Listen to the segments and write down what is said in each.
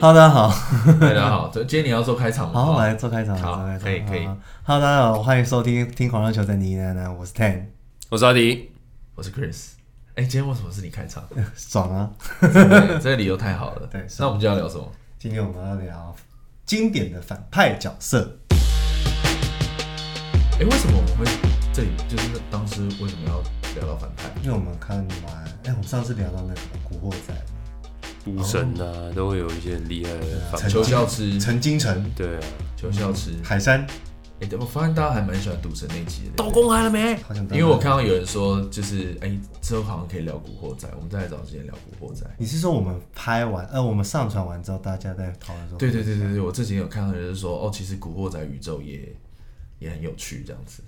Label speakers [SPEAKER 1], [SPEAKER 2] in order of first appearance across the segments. [SPEAKER 1] Hello，大家好，
[SPEAKER 2] 大家好，今天你要做开场吗？哦
[SPEAKER 1] 好，我来做开场，
[SPEAKER 2] 好
[SPEAKER 1] 做开场
[SPEAKER 2] 可以可以
[SPEAKER 1] 好好 Hello，大家好，欢迎收听《听狂热球在你奶奶》，我是 Ten，
[SPEAKER 3] 我是阿迪，
[SPEAKER 2] 我是 Chris。哎、今天为什么是你 开场？
[SPEAKER 1] 爽啊！
[SPEAKER 2] 对这个理由太好了。
[SPEAKER 1] 对是
[SPEAKER 2] 那我们今天要聊什么？
[SPEAKER 1] 今天我们要聊经典的反派角色，
[SPEAKER 2] 哎、为什么我们会这里就是当时为什么要聊到反派？
[SPEAKER 1] 因为我们看完，哎、我们上次聊到那个《古惑仔》
[SPEAKER 3] 赌神啊，
[SPEAKER 2] 哦
[SPEAKER 3] 都会有一些很厉害的反
[SPEAKER 1] 陈
[SPEAKER 3] 派。
[SPEAKER 2] 求教师，
[SPEAKER 1] 陈金城、
[SPEAKER 3] 对啊，
[SPEAKER 2] 求教师。
[SPEAKER 1] 海山，
[SPEAKER 2] 哎、对我发现大家还蛮喜欢赌神那集的，
[SPEAKER 3] 公开了没？
[SPEAKER 1] 好像
[SPEAKER 2] 因为我看到有人说，就是哎、之后好像可以聊《古惑仔》，我们再来找时间聊《古惑仔》。
[SPEAKER 1] 你是说我们拍完，呃，我们上传完之后，大家在讨论说，
[SPEAKER 2] 对对对对对，我之前有看到有人说，哦，其实《古惑仔》宇宙也也很有趣，这样子。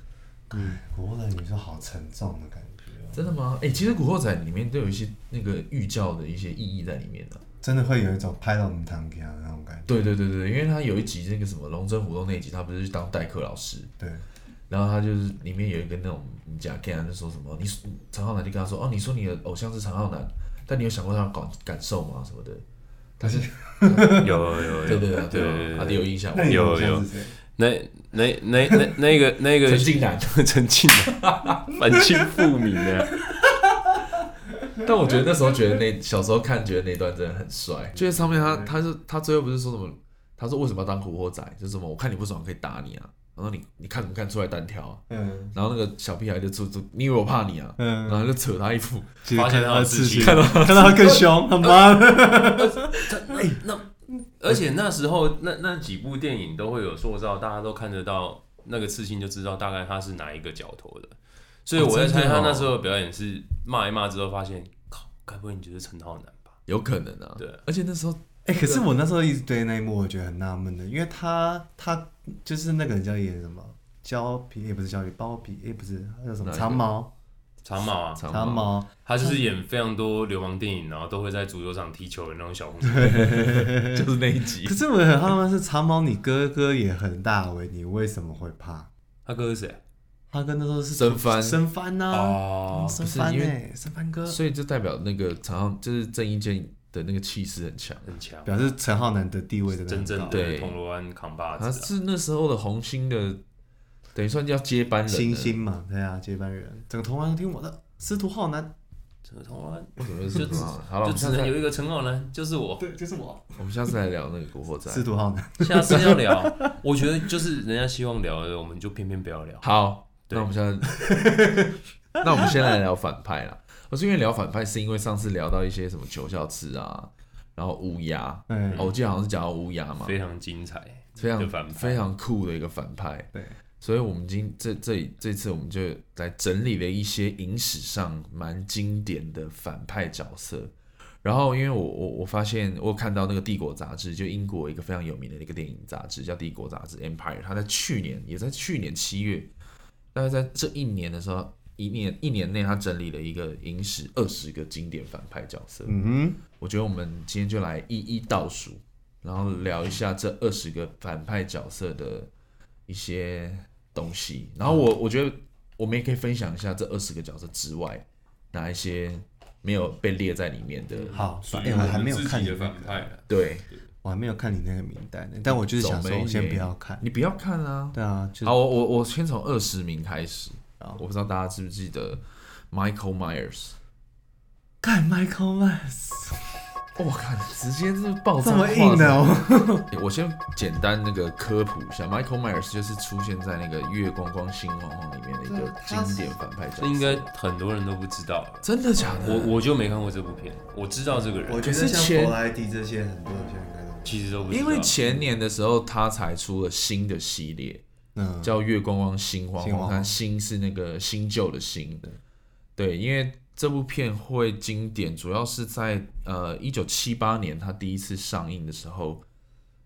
[SPEAKER 1] 嗯，《古惑仔》你说好沉重的感觉哦，
[SPEAKER 2] 真的吗？哎、其实《古惑仔》里面都有一些那个寓教的一些意义在里面的、
[SPEAKER 1] 真的会有一种拍到我们堂家的那种感觉，
[SPEAKER 2] 对对对对，因为他有一集那个什么《龙争虎斗》那一集，他不是去当代课老师，
[SPEAKER 1] 对，
[SPEAKER 2] 然后他就是里面有一个那种你讲 gay 就说什么，你常浩南就跟他说，哦，你说你的偶像是常浩南，但你有想过他的感感受吗？什么的。但是，
[SPEAKER 3] 有有有，
[SPEAKER 2] 对对对
[SPEAKER 3] 对
[SPEAKER 2] 对，啊，你有印象吗？
[SPEAKER 1] 那你
[SPEAKER 3] 有
[SPEAKER 1] 偶像
[SPEAKER 3] 有
[SPEAKER 1] 是谁
[SPEAKER 3] 那那那那那 个那个
[SPEAKER 2] 陈近南，
[SPEAKER 3] 陈庆 南，反清复明啊！
[SPEAKER 2] 但我觉得那时候觉得那小时候看觉得那段真的很帅，就是上面他他是他最后不是说什么，他说为什么要当古惑仔，就是什么我看你不爽可以打你啊，然后你你看不看出来单挑啊，
[SPEAKER 1] 嗯
[SPEAKER 2] 然后那个小屁孩就出出你以为我怕你啊，
[SPEAKER 1] 嗯
[SPEAKER 2] 然。后就扯他衣服，
[SPEAKER 1] 其
[SPEAKER 3] 发现他的
[SPEAKER 1] 自
[SPEAKER 3] 自
[SPEAKER 1] 信，
[SPEAKER 3] 信
[SPEAKER 1] 看到看到他更凶，他妈的！
[SPEAKER 3] 哎，那而且那时候那那几部电影都会有塑造，大家都看得到那个刺青就知道大概他是哪一个角头的，所以
[SPEAKER 2] 哦
[SPEAKER 3] 我在
[SPEAKER 2] 真的
[SPEAKER 3] 猜他那
[SPEAKER 2] 哦
[SPEAKER 3] 时候的表演是骂一骂之后发现，靠，该不会你就是陈浩南吧？
[SPEAKER 2] 有可能啊，
[SPEAKER 3] 对，
[SPEAKER 2] 而且那 时候
[SPEAKER 1] 哎、可是我那时候一直对那一幕我觉得很纳闷的，因为他他就是那个人叫演什么胶皮，也、不是胶皮，包皮，也、不是他叫什么
[SPEAKER 2] 哪一个
[SPEAKER 1] 长毛
[SPEAKER 3] 长毛啊，
[SPEAKER 2] 长
[SPEAKER 1] 长
[SPEAKER 2] 毛
[SPEAKER 1] 毛，
[SPEAKER 3] 他就是演非常多流氓电影，然后都会在足球场踢球的那种小混混。
[SPEAKER 2] 就是那一集
[SPEAKER 1] 可，是我很好奇是长毛，你哥哥也很大为，你为什么会怕？
[SPEAKER 3] 他哥是谁？
[SPEAKER 1] 他跟那时候是
[SPEAKER 2] 生番
[SPEAKER 1] 生番呐、
[SPEAKER 3] 哦
[SPEAKER 1] 生番哎、
[SPEAKER 2] 不是因
[SPEAKER 1] 生番哥，
[SPEAKER 2] 所以就代表那个常常就是郑伊健的那个气势很强，
[SPEAKER 3] 很强，
[SPEAKER 1] 表示陈浩南的地位真的
[SPEAKER 3] 真
[SPEAKER 1] 很
[SPEAKER 3] 正
[SPEAKER 1] 高
[SPEAKER 2] 对
[SPEAKER 3] 的铜锣湾扛把
[SPEAKER 2] 他
[SPEAKER 3] 子啊。
[SPEAKER 2] 是那时候的红星的，等于算叫接班人了，
[SPEAKER 1] 新星嘛，对啊，接班人，整个同行都听我的，师徒浩南，
[SPEAKER 3] 这个铜锣湾
[SPEAKER 2] 为什么是
[SPEAKER 3] 就只
[SPEAKER 2] 好哦了，我
[SPEAKER 3] 就
[SPEAKER 2] 们下
[SPEAKER 3] 只
[SPEAKER 2] 次
[SPEAKER 3] 能
[SPEAKER 2] 来
[SPEAKER 3] 有一个陈浩南，就是
[SPEAKER 2] 哦
[SPEAKER 3] 我。
[SPEAKER 1] 对，就是我，
[SPEAKER 2] 我们下次来聊那个古惑仔，
[SPEAKER 1] 师徒浩南，
[SPEAKER 3] 下次要聊， 我觉得就是人家希望聊的，我们就偏偏不要聊。
[SPEAKER 2] 好，
[SPEAKER 3] 对
[SPEAKER 2] 那我们现在， 那我们先来聊反派啦。我是因为聊反派，是因为上次聊到一些什么九笑痴啊，然后乌鸦，
[SPEAKER 1] 嗯，
[SPEAKER 2] 哦，我记得好像是讲到乌鸦嘛，
[SPEAKER 3] 非常精彩，
[SPEAKER 2] 非
[SPEAKER 3] 的
[SPEAKER 2] 常
[SPEAKER 3] 反派
[SPEAKER 2] 非常酷的一个反派。
[SPEAKER 1] 对，
[SPEAKER 2] 所以我们今这这里这次我们就来整理了一些影史上蛮经典的反派角色。然后，因为我我我发现我有看到那个《帝国》杂志，就英国一个非常有名的一个电影杂志，叫《帝国》杂志 （Empire）。它在去年，也在去年七月，大概在这一年的时候，一年一年内，它整理了一个影史二十个经典反派角色。
[SPEAKER 1] 嗯哼。
[SPEAKER 2] 我觉得我们今天就来一一倒数，然后聊一下这二十个反派角色的一些东西。然后
[SPEAKER 1] 嗯
[SPEAKER 2] 我我觉得我们也可以分享一下这二十个角色之外，哪一些没有被列在里面的。
[SPEAKER 1] 好，
[SPEAKER 3] 属
[SPEAKER 1] 哎、
[SPEAKER 3] 于
[SPEAKER 1] 我还没有
[SPEAKER 3] 自
[SPEAKER 1] 看
[SPEAKER 3] 己
[SPEAKER 1] 你
[SPEAKER 3] 的
[SPEAKER 1] 那
[SPEAKER 3] 反
[SPEAKER 1] 个
[SPEAKER 3] 派啊了。
[SPEAKER 2] 对
[SPEAKER 1] 我还没有看你那个名单呢，但我就是想说，
[SPEAKER 2] 走
[SPEAKER 1] 我先
[SPEAKER 2] 没
[SPEAKER 1] 不要看。
[SPEAKER 2] 你不要看啊！
[SPEAKER 1] 对啊，就
[SPEAKER 2] 好，我我我先从二十名开始。
[SPEAKER 1] 好
[SPEAKER 2] 我不知道大家记不记得 Michael Myers。
[SPEAKER 1] 看 Michael Myers
[SPEAKER 2] 我靠，直接是爆
[SPEAKER 1] 这
[SPEAKER 2] 炸
[SPEAKER 1] 么硬的、哦，
[SPEAKER 2] 欸我先简单那个科普一下，Michael Myers 就是出现在那个《月光光心慌慌》里面的一个经典反派角色。
[SPEAKER 3] 这应该很多人都不知道了。
[SPEAKER 2] 真的假的？
[SPEAKER 3] 我我就没看过这部片，我知道这个人，
[SPEAKER 1] 觉
[SPEAKER 2] 可是前
[SPEAKER 1] 莱迪这些，很多人现在应该都
[SPEAKER 3] 其实都不知道。
[SPEAKER 2] 因为前年的时候他才出了新的系列，
[SPEAKER 1] 嗯，
[SPEAKER 2] 叫《月光光心慌
[SPEAKER 1] 心慌
[SPEAKER 2] 慌》，
[SPEAKER 1] 慌
[SPEAKER 2] 它新是那个新旧的新。对，因为这部片会经典，主要是在呃一九七八年它第一次上映的时候，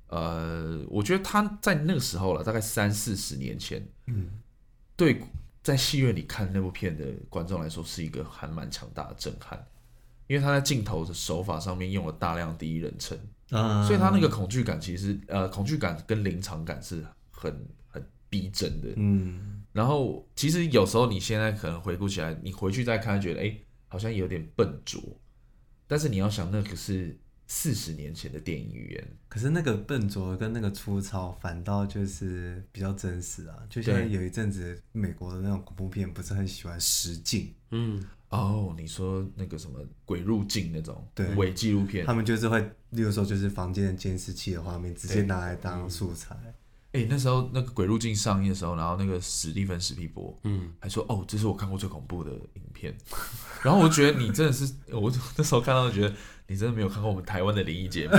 [SPEAKER 2] 呃，我觉得他在那个时候了，大概三四十年前，嗯，对，在戏院里看那部片的观众来说，是一个还蛮强大的震撼，因为他在镜头的手法上面用了大量第一人称，
[SPEAKER 1] 嗯，
[SPEAKER 2] 所以他那个恐惧感其实呃恐惧感跟临场感是很很逼真的。
[SPEAKER 1] 嗯，
[SPEAKER 2] 然后其实有时候你现在可能回顾起来，你回去再看，觉得哎、诶好像有点笨拙，但是你要想那可是四十年前的电影语言。
[SPEAKER 1] 可是那个笨拙跟那个粗糙，反倒就是比较真实啊。就像
[SPEAKER 2] 对
[SPEAKER 1] 有一阵子美国的那种恐怖片，不是很喜欢实境，
[SPEAKER 3] 嗯，
[SPEAKER 2] 哦，你说那个什么鬼入境那种
[SPEAKER 1] 对
[SPEAKER 2] 伪纪录片，
[SPEAKER 1] 他们就是会，例如说就是房间的监视器的画面，直接拿来当素材。
[SPEAKER 2] 哎、那时候那个《鬼入境》上映的时候，然后那个史蒂芬史皮博，嗯，还说哦，这是我看过最恐怖的影片。 然后我觉得你真的是，我那时候看到就觉得你真的没有看过我们台湾的灵异节目，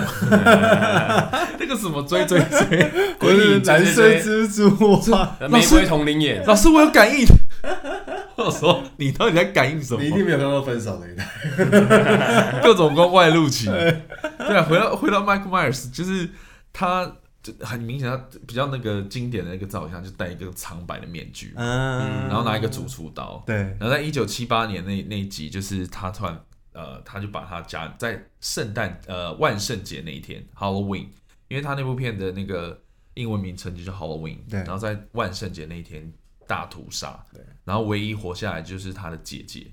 [SPEAKER 2] 那个什么追追追，
[SPEAKER 1] 我是蓝色
[SPEAKER 2] 追追追
[SPEAKER 1] 蜘蛛啊，
[SPEAKER 3] 玫瑰同龄眼，
[SPEAKER 2] 老师我有感应。 我说你到底在感应什 么
[SPEAKER 1] 你一？定没有看过《分手雷达》。
[SPEAKER 2] 各种光怪陆奇。 对啊，回到回到 Michael Myers，就是他就很明显，他比较那个经典的那个造型，就戴一个苍白的面具，
[SPEAKER 1] 嗯，
[SPEAKER 2] 然后拿一个主厨刀。
[SPEAKER 1] 对，
[SPEAKER 2] 然后在一九七八年那那一集，就是他突然呃，他就把他家在圣诞呃万圣节那一天 Halloween，因为他那部片的那个英文名称就是 Halloween，
[SPEAKER 1] 对
[SPEAKER 2] 然后在万圣节那一天大屠杀，
[SPEAKER 1] 对，
[SPEAKER 2] 然后唯一活下来就是他的姐姐，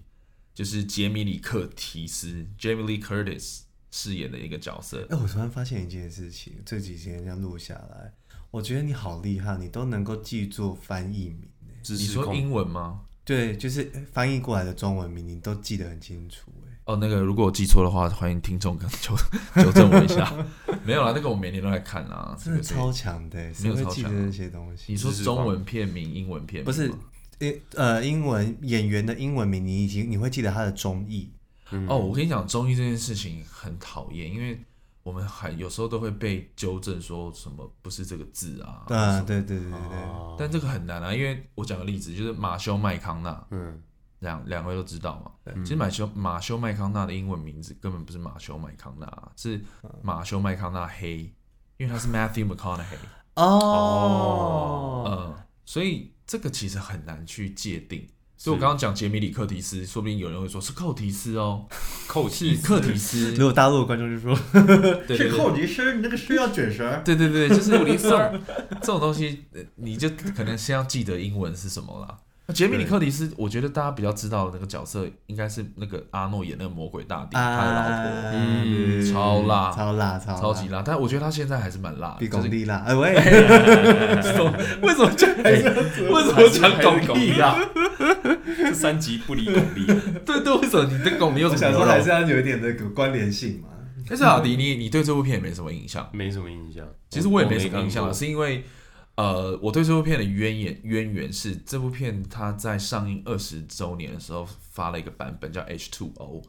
[SPEAKER 2] 就是杰米里克提斯 （Jamie Lee Curtis） 饰演的一个角色，
[SPEAKER 1] 哎、我突然发现一件事情，这几天这样录下来，我觉得你好厉害，你都能够记住翻译名欸。
[SPEAKER 3] 知
[SPEAKER 2] 你
[SPEAKER 3] 识
[SPEAKER 2] 说
[SPEAKER 3] 控，
[SPEAKER 2] 英文吗？
[SPEAKER 1] 对，就是哎翻译过来的中文名，你都记得很清楚。哎，
[SPEAKER 2] 哦，那个如果我记错的话，欢迎听众跟纠纠正我 一下。没有啦，那个我每年都在看啊，
[SPEAKER 1] 真的
[SPEAKER 2] 这个
[SPEAKER 1] 超强的欸，谁
[SPEAKER 2] 没有
[SPEAKER 1] 会
[SPEAKER 2] 超
[SPEAKER 1] 记得
[SPEAKER 2] 强啊
[SPEAKER 1] 这些东西？
[SPEAKER 2] 你说
[SPEAKER 3] 知识
[SPEAKER 2] 中
[SPEAKER 3] 化
[SPEAKER 2] 文片名、英文片名
[SPEAKER 1] 不是
[SPEAKER 2] 吗
[SPEAKER 1] 诶呃，英文演员的英文名，你已经你会记得他的中译。
[SPEAKER 3] 嗯
[SPEAKER 2] 哦，我跟你讲，中医这件事情很讨厌，因为我们还有时候都会被纠正说什么不是这个字啊。
[SPEAKER 1] 啊，对对对对对，
[SPEAKER 3] 哦
[SPEAKER 2] 但这个很难啊，因为我讲个例子，就是马修麦康纳，
[SPEAKER 3] 嗯，
[SPEAKER 2] 两两位都知道嘛。其实
[SPEAKER 1] 嗯
[SPEAKER 2] 马修马修麦康纳的英文名字根本不是马修麦康纳，啊是马修麦康纳黑，因为他是 Matthew McConaughey。
[SPEAKER 1] 哦，
[SPEAKER 2] 嗯，所以这个其实很难去界定。所以我刚刚讲杰米里克提斯，说不定有人会说是寇提斯哦，
[SPEAKER 3] 扣
[SPEAKER 2] 是
[SPEAKER 3] 气，
[SPEAKER 2] 克提斯
[SPEAKER 1] 如，果大陆的观众就说，
[SPEAKER 2] 对对对
[SPEAKER 1] 尼斯，你那个是要卷舌。
[SPEAKER 2] 对对对，就是这种这种东西，呃你就可能先要记得英文是什么啦。
[SPEAKER 1] 啊
[SPEAKER 2] 那杰米里克里斯，我觉得大家比较知道的那个角色，应该是那个阿诺演那个魔鬼大帝，
[SPEAKER 1] 啊
[SPEAKER 2] 他的老婆，
[SPEAKER 1] 嗯
[SPEAKER 2] 超辣
[SPEAKER 1] 超辣，超辣
[SPEAKER 2] 超级辣。但我觉得他现在还是蛮辣的，
[SPEAKER 1] 比
[SPEAKER 2] 就
[SPEAKER 1] 巩
[SPEAKER 2] 是
[SPEAKER 1] 俐辣。哎喂，
[SPEAKER 2] 为什么讲 为什么讲巩俐啊？
[SPEAKER 3] 这三集不离巩俐，
[SPEAKER 2] 对对，为什么你对巩俐有
[SPEAKER 1] 我
[SPEAKER 2] 什么
[SPEAKER 1] 想
[SPEAKER 2] 牛
[SPEAKER 1] 说还是
[SPEAKER 2] 肉？
[SPEAKER 1] 要有一点那个关联性嘛。
[SPEAKER 2] 但是阿迪，你你对这部片也没什么印象。
[SPEAKER 3] 没什么印象。
[SPEAKER 2] 其实我也
[SPEAKER 3] 没
[SPEAKER 2] 没什么印象啊了，
[SPEAKER 3] 看过
[SPEAKER 2] 是因为呃，我对这部片的渊源渊源是这部片它在上映二十周年的时候发了一个版本叫 H Two O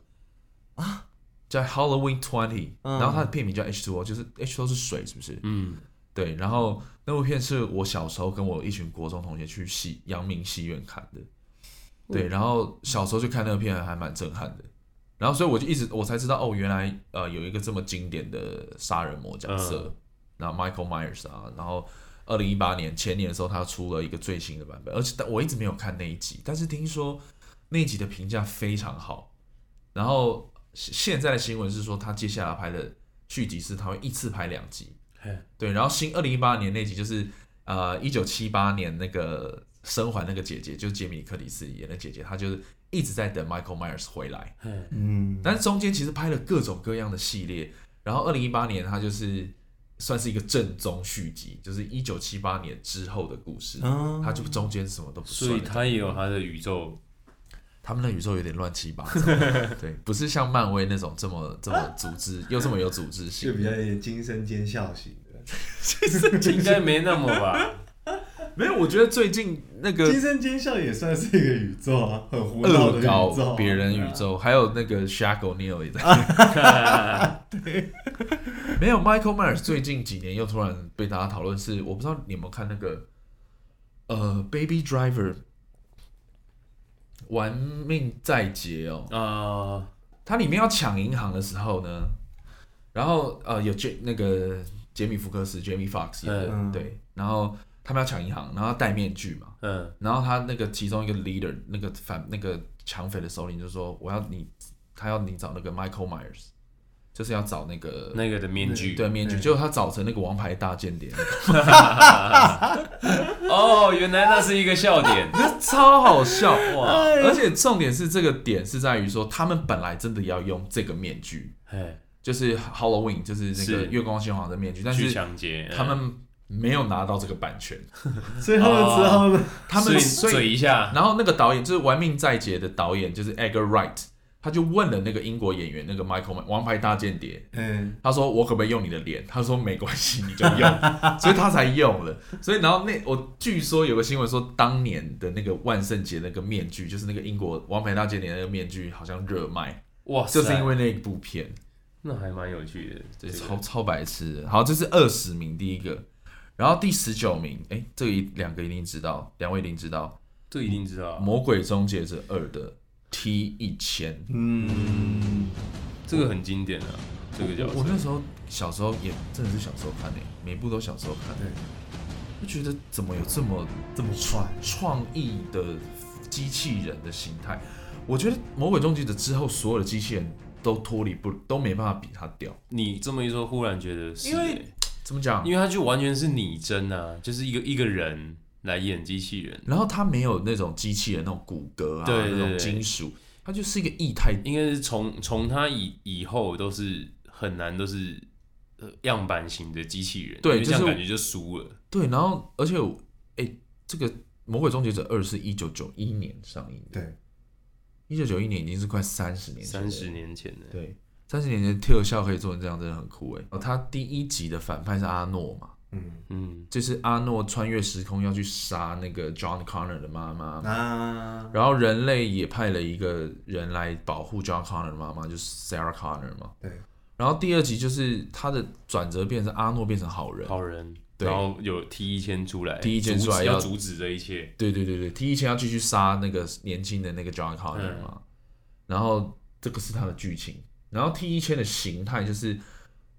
[SPEAKER 2] 啊，叫 Halloween Twenty，、
[SPEAKER 1] 嗯
[SPEAKER 2] 然后它的片名叫 H Two O，就是 H Two 是水是不是？
[SPEAKER 3] 嗯，
[SPEAKER 2] 对，然后那部片是我小时候跟我一群国中同学去戏阳明戏院看的，对，然后小时候就看那个片还蛮震撼的，然后所以我就一直我才知道哦，原来呃有一个这么经典的杀人魔角色，然后 Michael Myers 啊，然后二零一八年前年的时候他出了一个最新的版本，而且但我一直没有看那一集，但是听说那一集的评价非常好，然后现现在的新闻是说他接下来拍的续集是他会一次拍两集。
[SPEAKER 3] 嘿
[SPEAKER 2] 对，然后新二零一八年那集就是呃一九七八年那个生还那个姐姐，就是杰米·克里斯演的姐姐，她就是一直在等 Michael Myers 回来，
[SPEAKER 3] 嘿
[SPEAKER 1] 嗯，
[SPEAKER 2] 但是中间其实拍了各种各样的系列，然后二零一八年她就是算是一个正宗续集，就是一九七八年之后的故事，
[SPEAKER 1] 嗯
[SPEAKER 2] 她就中间什么都不算
[SPEAKER 3] 所
[SPEAKER 2] 了。
[SPEAKER 3] 以他也有他的宇宙，
[SPEAKER 2] 他们的宇宙有点乱七八 糟，对，不是像漫威那种这么这么组织又这么有组织性
[SPEAKER 1] 就，比较有点惊声尖笑型的，
[SPEAKER 3] 应该没那么 吧？
[SPEAKER 2] 没有，我觉得最近那个
[SPEAKER 1] 惊声尖笑也算是一个宇宙啊，很胡闹的
[SPEAKER 2] 恶
[SPEAKER 1] 宇宙
[SPEAKER 2] 搞
[SPEAKER 1] 啊，
[SPEAKER 2] 别人宇宙，还有那个 Shaq O'Neal 也在。 没有 Michael Myers 最近几年又突然被大家讨论是，我不知道你有没有看那个呃 Baby Driver 玩命在劫哦，
[SPEAKER 3] 啊，
[SPEAKER 2] 它里面要抢银行的时候呢，然后呃有 J 那个杰米福克斯 Jamie Fox 演的、
[SPEAKER 1] 嗯
[SPEAKER 2] 对，然后他们要抢银行，然后戴面具嘛，
[SPEAKER 3] 嗯，
[SPEAKER 2] 然后他那个其中一个 leader，那个反那个抢匪的首领就说：“我要你，他要你找那个 Michael Myers，就是要找那个嗯
[SPEAKER 3] 那个的面具，
[SPEAKER 2] 对面具。”
[SPEAKER 1] 对
[SPEAKER 2] 结果他找成那个王牌大间谍，，
[SPEAKER 3] 哦，原来那是一个笑点
[SPEAKER 2] 那 超好笑 哇！
[SPEAKER 1] 哎呀
[SPEAKER 2] 而且重点是这个点是在于说，他们本来真的要用这个面具，
[SPEAKER 3] 嘿，
[SPEAKER 2] 就是 Halloween，就是嗯那个
[SPEAKER 3] 是
[SPEAKER 2] 月光新皇的面具，但
[SPEAKER 3] 去
[SPEAKER 2] 是
[SPEAKER 3] 抢劫，嗯
[SPEAKER 2] 他们没有拿到这个版权，
[SPEAKER 1] 所以他们只好呢，
[SPEAKER 2] 他们
[SPEAKER 3] 嘴
[SPEAKER 2] 所以
[SPEAKER 3] 嘴一下，
[SPEAKER 2] 然后那个导演就是《玩命在劫》的导演，就是 Edgar Wright，他就问了那个英国演员那个 Michael 王牌大间谍，
[SPEAKER 1] 嗯，
[SPEAKER 2] 他说我可不可以用你的脸？他说没关系，你就用， 所以他才用了。所以然后那我据说有个新闻说，当年的那个万圣节那个面具，就是那个英国王牌大间谍那个面具，好像热卖，
[SPEAKER 3] 哇塞，
[SPEAKER 2] 就是因为那部片，
[SPEAKER 3] 那还蛮有趣的，
[SPEAKER 2] 对，
[SPEAKER 3] 这个
[SPEAKER 2] 超超白痴的。好，这是二十名第一个，然后第十九名，哎，这个一两个一定知道，两位一定知道，
[SPEAKER 3] 这一定知
[SPEAKER 2] 《
[SPEAKER 3] 道，啊
[SPEAKER 2] 魔鬼终结者二》的 T 一千。
[SPEAKER 1] 嗯，
[SPEAKER 3] 这个很经典啊，这个角
[SPEAKER 2] 我我那
[SPEAKER 3] 色，
[SPEAKER 2] 时候小时候也真的是小时候看的、每部都小时候看。
[SPEAKER 1] 对，
[SPEAKER 2] 就觉得怎么有这么
[SPEAKER 1] 这么快，
[SPEAKER 2] 创意的机器人的形态？我觉得《魔鬼终结者》之后，所有的机器人都脱离不，都没办法比它屌。
[SPEAKER 3] 你这么一说，忽然觉得是
[SPEAKER 2] 因为
[SPEAKER 3] 欸
[SPEAKER 2] 怎么讲？
[SPEAKER 3] 因为他就完全是拟真啊，就是一个一个人来演机器人，
[SPEAKER 2] 然后它没有那种机器人那种骨骼啊，
[SPEAKER 3] 对对对
[SPEAKER 2] 那种金属，它就是一个液态。
[SPEAKER 3] 应该是从从他以以后都是很难都是呃样板型的机器人，
[SPEAKER 2] 对
[SPEAKER 3] 因为这样
[SPEAKER 2] 就是
[SPEAKER 3] 感觉就输了。
[SPEAKER 2] 对，然后而且我，哎、这个《魔鬼终结者二》是一九九一年上映的，
[SPEAKER 1] 对，
[SPEAKER 2] 一九九一年已经是快三十年前了，
[SPEAKER 3] 三十年前的，
[SPEAKER 2] 对，三十年前特效可以做成这样，真的很酷哎。哦，他第一集的反派是阿诺嘛，
[SPEAKER 1] 嗯，
[SPEAKER 3] 嗯，
[SPEAKER 2] 就是阿诺穿越时空要去杀那个 John Connor 的妈妈，
[SPEAKER 1] 啊，
[SPEAKER 2] 然后人类也派了一个人来保护 John Connor 的妈妈，就是 Sarah Connor 嘛。
[SPEAKER 1] 对，
[SPEAKER 2] 然后第二集就是他的转折变成阿诺变成好人，
[SPEAKER 3] 好人，
[SPEAKER 2] 对
[SPEAKER 3] 然后有 T 一千出来，
[SPEAKER 2] T1000
[SPEAKER 3] 阻止
[SPEAKER 2] 出来要
[SPEAKER 3] 要阻止这一切，
[SPEAKER 2] 对对对对，提前要继续杀那个年轻的那个 John
[SPEAKER 1] 嗯
[SPEAKER 2] Connor 嘛，然后这个是他的剧情，然后 T 一千的形态就是，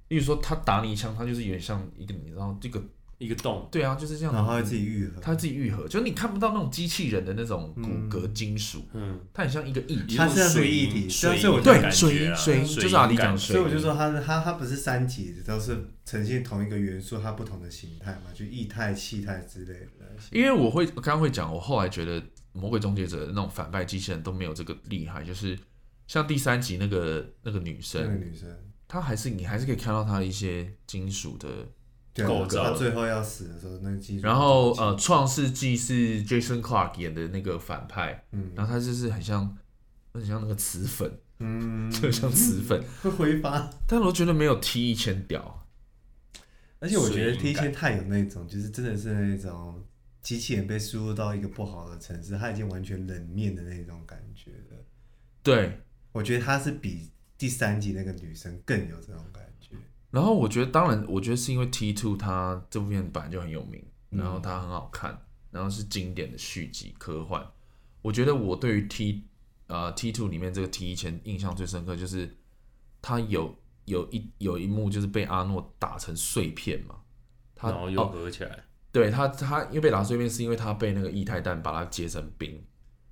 [SPEAKER 2] 例如说他打你一枪，他就是有点像一个你知道这个
[SPEAKER 3] 一个洞，
[SPEAKER 2] 对啊，就是这样，
[SPEAKER 1] 然后他会自己愈合，
[SPEAKER 2] 他自己愈合，就是你看不到那种机器人的那种骨骼金属，
[SPEAKER 3] 嗯，
[SPEAKER 2] 它很像一个液体，
[SPEAKER 1] 它是
[SPEAKER 3] 有种
[SPEAKER 1] 水
[SPEAKER 3] 水
[SPEAKER 1] 一
[SPEAKER 3] 银
[SPEAKER 1] 体
[SPEAKER 3] 水
[SPEAKER 1] 但是我
[SPEAKER 3] 银
[SPEAKER 1] 觉
[SPEAKER 3] 的
[SPEAKER 1] 得
[SPEAKER 3] 感
[SPEAKER 2] 水
[SPEAKER 3] 觉
[SPEAKER 2] 银
[SPEAKER 3] 啊
[SPEAKER 2] 水银就是阿
[SPEAKER 3] 感
[SPEAKER 2] 里讲
[SPEAKER 3] 觉
[SPEAKER 2] 水
[SPEAKER 1] 所以我就
[SPEAKER 2] 银
[SPEAKER 1] 说它是它它不是三体，都是呈现同一个元素，它不同的形态嘛，就液态、气态之类的东西。
[SPEAKER 2] 因为我会我刚刚会讲，我后来觉得《魔鬼终结者》的那种反派机器人都没有这个厉害，就是像第三集那个那个女
[SPEAKER 1] 那个
[SPEAKER 2] 生，
[SPEAKER 1] 女生，
[SPEAKER 2] 她还是你还是可以看到她一些金属的。
[SPEAKER 1] 对啊
[SPEAKER 3] 构，造
[SPEAKER 1] 她最后要死的时候，那个技术。
[SPEAKER 2] 然后呃，《创世纪》是 Jason Clark 演的那个反派，
[SPEAKER 1] 嗯
[SPEAKER 2] 然后他就是很像很像那个磁粉，
[SPEAKER 1] 嗯，
[SPEAKER 2] 就很像磁粉，
[SPEAKER 1] 会挥发。
[SPEAKER 2] 但我觉得没有 T 一千屌。
[SPEAKER 1] 而且我觉得
[SPEAKER 3] 水
[SPEAKER 1] T
[SPEAKER 3] 银感
[SPEAKER 1] 线太有那种，就是真的是那种机器人被输入到一个不好的城市，它已经完全冷面的那种感觉了。
[SPEAKER 2] 对，
[SPEAKER 1] 我觉得它是比第三集那个女生更有这种感觉。
[SPEAKER 2] 然后我觉得，当然，我觉得是因为 T Two 它这部片本来就很有名，然后它很好看，然后是经典的续集科幻。我觉得我对于 T 呃 T Two 里面这个 T 一前印象最深刻，就是它有有一有一幕就是被阿诺打成碎片嘛，他
[SPEAKER 3] 然后又
[SPEAKER 2] 哦，
[SPEAKER 3] 合起来，
[SPEAKER 2] 对他他因为被打碎片是因为他被那个液态氮把它结成冰，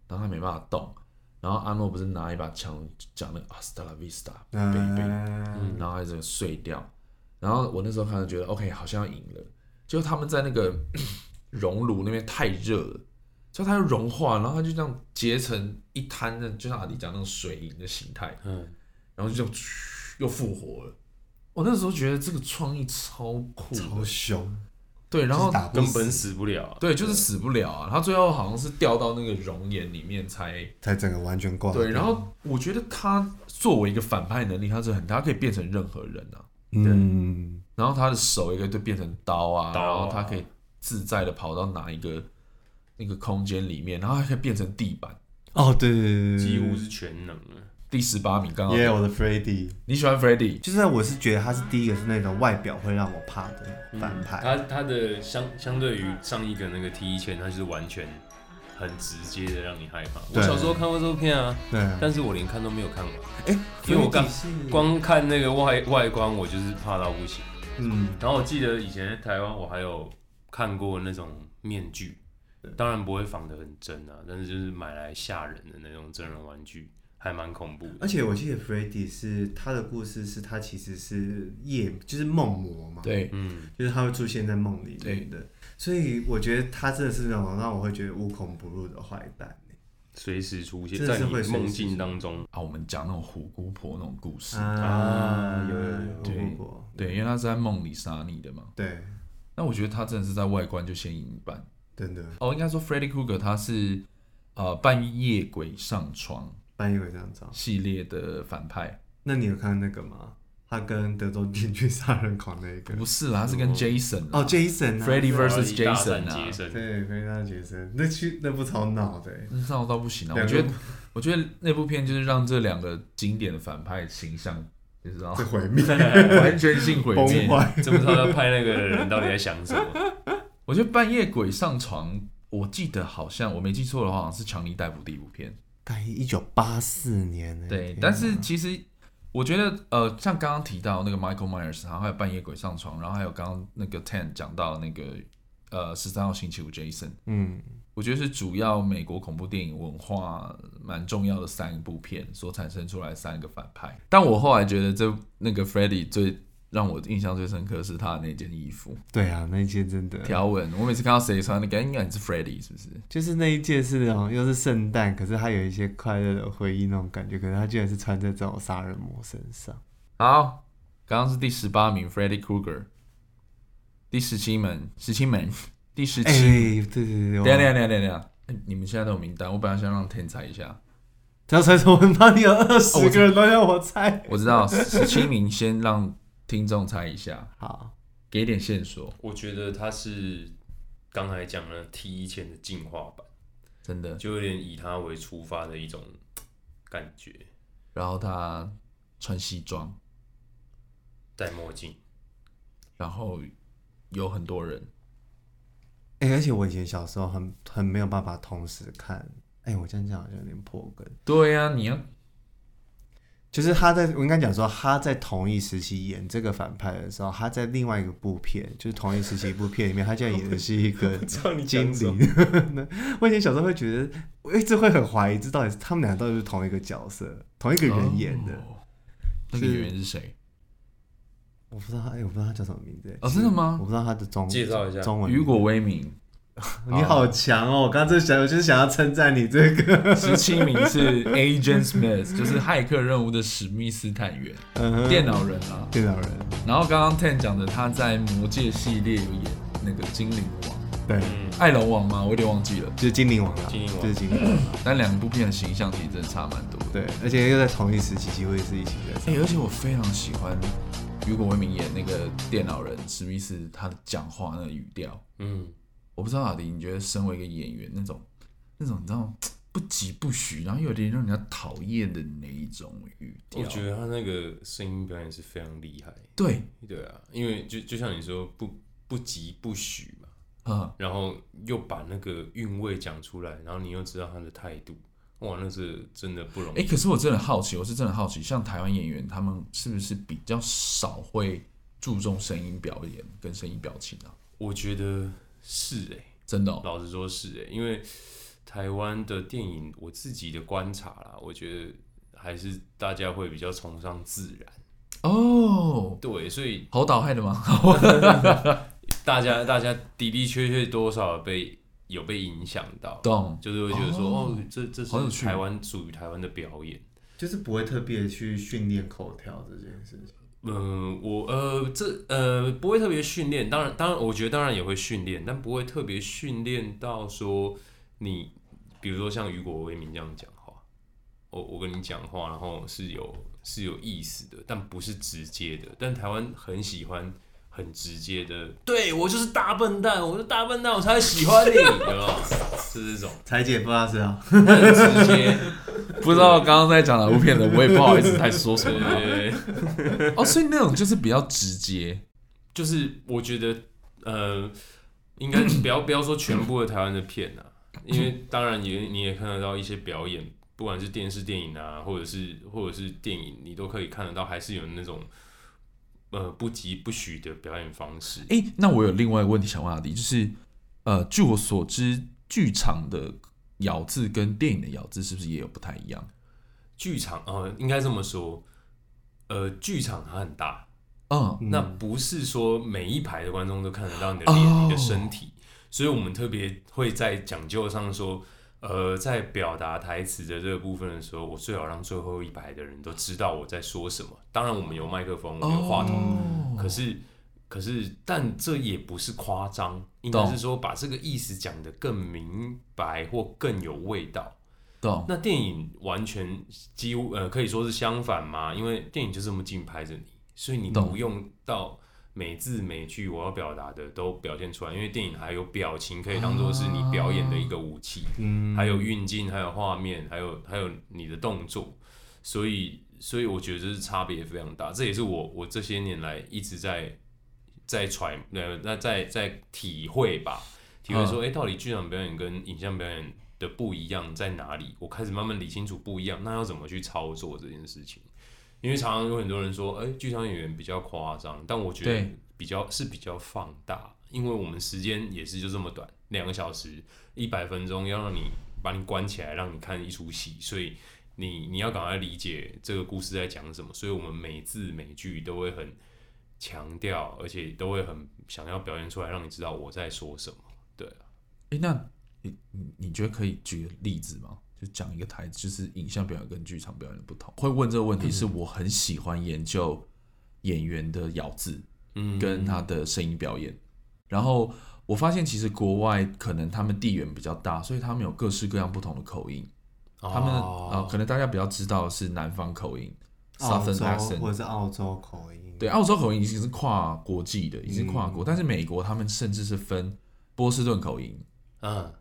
[SPEAKER 2] 然后他没办法动，然后阿诺不是拿一把枪讲那个 Hasta la vista，baby。
[SPEAKER 1] 嗯，
[SPEAKER 2] 然后还整个碎掉。然后我那时候看就觉得 OK，好像要赢了。结果他们在那个 熔炉那边太热了，所以它就融化，然后它就这样结成一滩，那就像阿迪讲那种水银的形态，
[SPEAKER 3] 嗯，
[SPEAKER 2] 然后就这样又复活了。我那时候觉得这个创意超酷的，
[SPEAKER 1] 超凶，
[SPEAKER 2] 对，然后
[SPEAKER 1] 就是打不
[SPEAKER 3] 根本
[SPEAKER 1] 死
[SPEAKER 3] 死不了啊，
[SPEAKER 2] 对，就是死不了啊。他最后好像是掉到那个熔岩里面才
[SPEAKER 1] 才整个完全挂掉。
[SPEAKER 2] 对。然后我觉得他作为一个反派能力，他是很大，他可以变成任何人啊。
[SPEAKER 1] 嗯，
[SPEAKER 2] 然后他的手也可以就变成刀啊，
[SPEAKER 3] 刀啊
[SPEAKER 2] 然后他可以自在的跑到哪一个那个空间里面，然后还可以变成地板。
[SPEAKER 1] 哦对对对对，
[SPEAKER 3] 几乎是全能了，
[SPEAKER 2] 第十八名刚好
[SPEAKER 1] 耶，我的 Freddy，
[SPEAKER 2] 你喜欢 Freddy，
[SPEAKER 1] 就是我是觉得他是第一个是那种外表会让我怕的
[SPEAKER 3] 嗯
[SPEAKER 1] 反派，
[SPEAKER 3] 他他的相相对于上一个那个 T 一千，他就是完全很直接的让你害怕。我
[SPEAKER 1] 对
[SPEAKER 3] 小时候看过这部片啊，
[SPEAKER 1] 对啊，
[SPEAKER 3] 但是我连看都没有看完，
[SPEAKER 1] 哎，
[SPEAKER 3] 因为我刚
[SPEAKER 1] Freddy 是
[SPEAKER 3] 光看那个外外观我就是怕到不行。
[SPEAKER 1] 嗯
[SPEAKER 3] 然后我记得以前在台湾我还有看过那种面具，当然不会仿得很真啊，但是就是买来吓人的那种真人玩具，还蛮恐怖
[SPEAKER 1] 而
[SPEAKER 3] 的。
[SPEAKER 1] 且我记得 Freddy 是他的故事是他其实是夜就是梦魔嘛，，
[SPEAKER 2] 对，
[SPEAKER 3] 嗯，
[SPEAKER 1] 就是他会出现在梦里面的，所以我觉得他真的是那种让我会觉得无孔不入的坏蛋欸。
[SPEAKER 3] 随时出现
[SPEAKER 1] 真的
[SPEAKER 3] 在
[SPEAKER 1] 是
[SPEAKER 3] 你
[SPEAKER 1] 会随时
[SPEAKER 3] 梦
[SPEAKER 1] 出
[SPEAKER 3] 境
[SPEAKER 1] 现
[SPEAKER 3] 当中。
[SPEAKER 2] 啊，我们讲那种虎姑婆那种故
[SPEAKER 3] 嗯
[SPEAKER 2] 事，
[SPEAKER 1] 啊，
[SPEAKER 3] 有有有
[SPEAKER 1] 对
[SPEAKER 2] 对对，因为她是在梦里杀你的嘛。
[SPEAKER 1] 对，
[SPEAKER 2] 那我觉得她真的是在外观就先赢一半。
[SPEAKER 1] 真的
[SPEAKER 2] 哦，应该说 Freddy Krueger 他是呃半夜鬼上床
[SPEAKER 1] 半夜鬼这样照。
[SPEAKER 2] 系列的反派，
[SPEAKER 1] 那你有看那个吗？他跟德州电锯杀人狂那一个
[SPEAKER 2] 不是啦，他是跟 Jason 啦
[SPEAKER 1] 哦，Jason 啊
[SPEAKER 2] Freddy
[SPEAKER 3] 然后
[SPEAKER 2] vs
[SPEAKER 3] 一大
[SPEAKER 2] Jason
[SPEAKER 3] 战
[SPEAKER 2] 啊
[SPEAKER 3] 杰，森，
[SPEAKER 1] 对，可以让他杰森，那去那部超脑的欸，
[SPEAKER 2] 那我倒不行啊。
[SPEAKER 1] 两
[SPEAKER 2] 我
[SPEAKER 1] 个
[SPEAKER 2] 觉得我觉得那部片就是让这两个经典的反派形象，你知道吗
[SPEAKER 1] 这毁灭
[SPEAKER 2] 完全性哦毁
[SPEAKER 1] 崩
[SPEAKER 2] 灭。
[SPEAKER 1] 坏，
[SPEAKER 3] 真不知道要拍那个人到底在想什么。
[SPEAKER 2] 我觉得半夜鬼上床，我记得好像我没记错的话，好像是强尼戴普第一部片。
[SPEAKER 1] 大一九八四年欸，
[SPEAKER 2] 对
[SPEAKER 1] 天，
[SPEAKER 2] 但
[SPEAKER 1] 哪
[SPEAKER 2] 是其实我觉得，呃，像刚刚提到那个 Michael Myers，然后还有半夜鬼上床，然后还有刚刚那个 Ten 讲到那个呃十三号星期五 Jason，
[SPEAKER 1] 嗯，
[SPEAKER 2] 我觉得是主要美国恐怖电影文化蛮重要的三部片所产生出来三个反派。但我后来觉得这那个 Freddy 最让我印象最深刻是他的那件衣服
[SPEAKER 1] 对啊，那一届真的
[SPEAKER 2] 条纹，我每次看到谁穿那个，应该你是 Freddy 是不是？
[SPEAKER 1] 就是那一届是那种又是圣诞，可是他有一些快乐的回忆那种感觉，可是他居然是穿在这种杀人魔身上，
[SPEAKER 2] 好，刚刚是第十八名 Freddy Krueger，第十七名，十七名，第十
[SPEAKER 1] 哎、
[SPEAKER 2] 七。
[SPEAKER 1] 对对对，
[SPEAKER 2] 等一下等一下等一下等一下，哎你们现在都有名单，我本来想让 Ten 猜一下，
[SPEAKER 1] 要猜什么？那你有二
[SPEAKER 2] 哦
[SPEAKER 1] 十
[SPEAKER 2] 我知
[SPEAKER 1] 个人都让我猜，
[SPEAKER 2] 我知道十七名先让听众猜一下，
[SPEAKER 1] 好，
[SPEAKER 2] 给点线索，
[SPEAKER 3] 我觉得他是刚才讲的 T 一千的进化版，
[SPEAKER 2] 真的。
[SPEAKER 3] 就有点以他为出发的一种感觉。
[SPEAKER 2] 然后他穿西装，
[SPEAKER 3] 戴墨镜，
[SPEAKER 2] 然后有很多人，
[SPEAKER 1] 哎、而且我以前小时候很很没有办法同时看，哎、我这样讲好像有点破梗。
[SPEAKER 2] 对呀、你要
[SPEAKER 1] 就是他在，我应该讲说他在同一时期演这个反派的时候，他在另外一个部片，就是同一时期一部片里面，他竟然演的是一 个
[SPEAKER 3] 知道你
[SPEAKER 1] 精
[SPEAKER 3] 讲什么
[SPEAKER 1] 灵。 我以前小时候会觉得，我一直会很怀疑，这到底是他们俩到底是同一个角色，同一个人演的。
[SPEAKER 2] 哦那个演员是谁？
[SPEAKER 1] 我不知道他，哎、我不知道他叫什么名字、
[SPEAKER 2] 哦，真的吗
[SPEAKER 1] 我？不知道他的中
[SPEAKER 3] 介绍一下
[SPEAKER 1] 中文名
[SPEAKER 2] 雨果威明，
[SPEAKER 1] 你好强哦！我刚刚就想，我就是想要称赞你这 个。
[SPEAKER 2] 十七名是 Agent Smith，就是骇客任务的史密斯探员，
[SPEAKER 1] 嗯哼
[SPEAKER 2] 电脑人啦、
[SPEAKER 1] 电脑人，
[SPEAKER 2] 然后刚刚 Ten 讲的，他在魔界系列有演那个精灵王、
[SPEAKER 1] 对，
[SPEAKER 3] 嗯，
[SPEAKER 2] 爱龙王吗？我有点忘记了。
[SPEAKER 1] 就是精灵王啦，
[SPEAKER 3] 精灵王
[SPEAKER 1] 就是精灵王啦。
[SPEAKER 2] 但两部片的形象其实真的差蛮多的。
[SPEAKER 1] 对，而且又在同一时期，几乎也是一起在上
[SPEAKER 2] 哎、。而且我非常喜欢雨果威明演那个电脑人史密斯，他讲话那个语调，
[SPEAKER 3] 嗯，
[SPEAKER 2] 我不知道阿迪，你觉得身为一个演员，那种那种你知道不疾不徐，然后有点让人家讨厌的那一种语调
[SPEAKER 3] 我，觉得他那个声音表演是非常厉害。
[SPEAKER 2] 对，
[SPEAKER 3] 对啊，因为就就像你说，不不急不徐嘛，
[SPEAKER 2] 嗯，
[SPEAKER 3] 然后又把那个韵味讲出来，然后你又知道他的态度，哇，那是真的不容易。
[SPEAKER 2] 哎、可是我真的好奇，我是真的好奇，像台湾演员他们是不是比较少会注重声音表演跟声音表情啊？
[SPEAKER 3] 我觉得是哎、
[SPEAKER 2] 真的、哦，
[SPEAKER 3] 老实说是哎、因为台湾的电影，我自己的观察啦，我觉得还是大家会比较崇尚自然。
[SPEAKER 2] 哦，
[SPEAKER 3] 对，所以
[SPEAKER 2] 好倒害的吗？
[SPEAKER 3] 大家大家的的确确多少被有被影响到，
[SPEAKER 2] 懂，
[SPEAKER 3] 就是会觉得说
[SPEAKER 2] 啊哦
[SPEAKER 3] 哦这这
[SPEAKER 2] 好有
[SPEAKER 3] 是
[SPEAKER 2] 趣
[SPEAKER 3] 台湾属于台湾的表演。
[SPEAKER 1] 就是不会特别去训练口条这件事情。
[SPEAKER 3] 嗯，我呃，这呃不会特别训练，当然，当然，我觉得当然也会训练，但不会特别训练到说你，比如说像雨果威明这样讲话，我我跟你讲话，然后是有是有意思的，但不是直接的。但台湾很喜欢很直接的，对我就是大笨蛋，我是大笨蛋，我才会喜欢你，有没有？ 是这种
[SPEAKER 1] 裁剪不知道是啊，
[SPEAKER 3] 很直接，
[SPEAKER 2] 不知道刚刚在讲哪部片的，我也不好意思再说什
[SPEAKER 3] 对
[SPEAKER 2] 么
[SPEAKER 3] 对
[SPEAKER 2] 了。
[SPEAKER 3] 对。
[SPEAKER 2] 哦，所以那种就是比较直接，
[SPEAKER 3] 就是我觉得，呃，应该不要不要说全部的台湾的片啊，因为当然也你也看得到一些表演，不管是电视、电影啊，或者是或者是电影，你都可以看得到，还是有那种呃不疾不徐的表演方式。
[SPEAKER 2] 诶，那我有另外一个问题想问阿迪，就是呃，据我所知，剧场的咬字跟电影的咬字是不是也有不太一样？
[SPEAKER 3] 剧场呃，应该这么说，呃，剧场它很大，
[SPEAKER 2] 嗯，
[SPEAKER 3] 那不是说每一排的观众都看得到你的脸、
[SPEAKER 2] 哦
[SPEAKER 3] 你的身体，所以我们特别会在讲究上说，呃，在表达台词的这个部分的时候，我最好让最后一排的人都知道我在说什么。当然，我们有麦克风，我们有话筒，
[SPEAKER 2] 哦
[SPEAKER 3] 可是，可是，但这也不是夸张，应该
[SPEAKER 2] 懂
[SPEAKER 3] 是说把这个意思讲得更明白或更有味道。
[SPEAKER 2] 懂
[SPEAKER 3] 那电影完全几乎呃可以说是相反嘛，因为电影就这么近拍着你，所以你
[SPEAKER 2] 懂
[SPEAKER 3] 不用到每字每句我要表达的都表现出来，因为电影还有表情可以当做是你表演的一个武器。
[SPEAKER 1] 嗯，
[SPEAKER 3] 还有运镜，还有画面，还有还有你的动作，所以所以我觉得这是差别非常大，这也是我我这些年来一直在在揣呃那在在体会吧，体会说哎、诶到底剧场表演跟影像表演的不一样在哪里？我开始慢慢理清楚不一样，那要怎么去操作这件事情？因为常常有很多人说，哎、剧场演员比较夸张，但我觉得
[SPEAKER 2] 对
[SPEAKER 3] 比较是比较放大，因为我们时间也是就这么短，两个小时，一百分钟要让你把你关起来，让你看一出戏，所以你你要赶快理解这个故事在讲什么，所以我们每字每句都会很强调，而且都会很想要表现出来，让你知道我在说什么。对啊，
[SPEAKER 2] 诶，那你你你觉得可以举个例子吗？就讲一个台词，就是影像表演跟剧场表演的不同。会问这个问题
[SPEAKER 3] 嗯
[SPEAKER 2] 是我很喜欢研究演员的咬字
[SPEAKER 3] 嗯
[SPEAKER 2] 跟他的声音表演。然后我发现其实国外可能他们地缘比较大，所以他们有各式各样不同的口音。他们、
[SPEAKER 3] 哦
[SPEAKER 2] 呃，可能大家比较知道的是南方口音
[SPEAKER 1] 哦澳洲
[SPEAKER 2] （Southern accent），
[SPEAKER 1] 或者是澳洲口音，
[SPEAKER 2] 对，澳啊洲口音已经是跨国际的，已
[SPEAKER 1] 嗯
[SPEAKER 2] 经跨国，但是美国他们甚至是分波士顿口音、
[SPEAKER 3] 嗯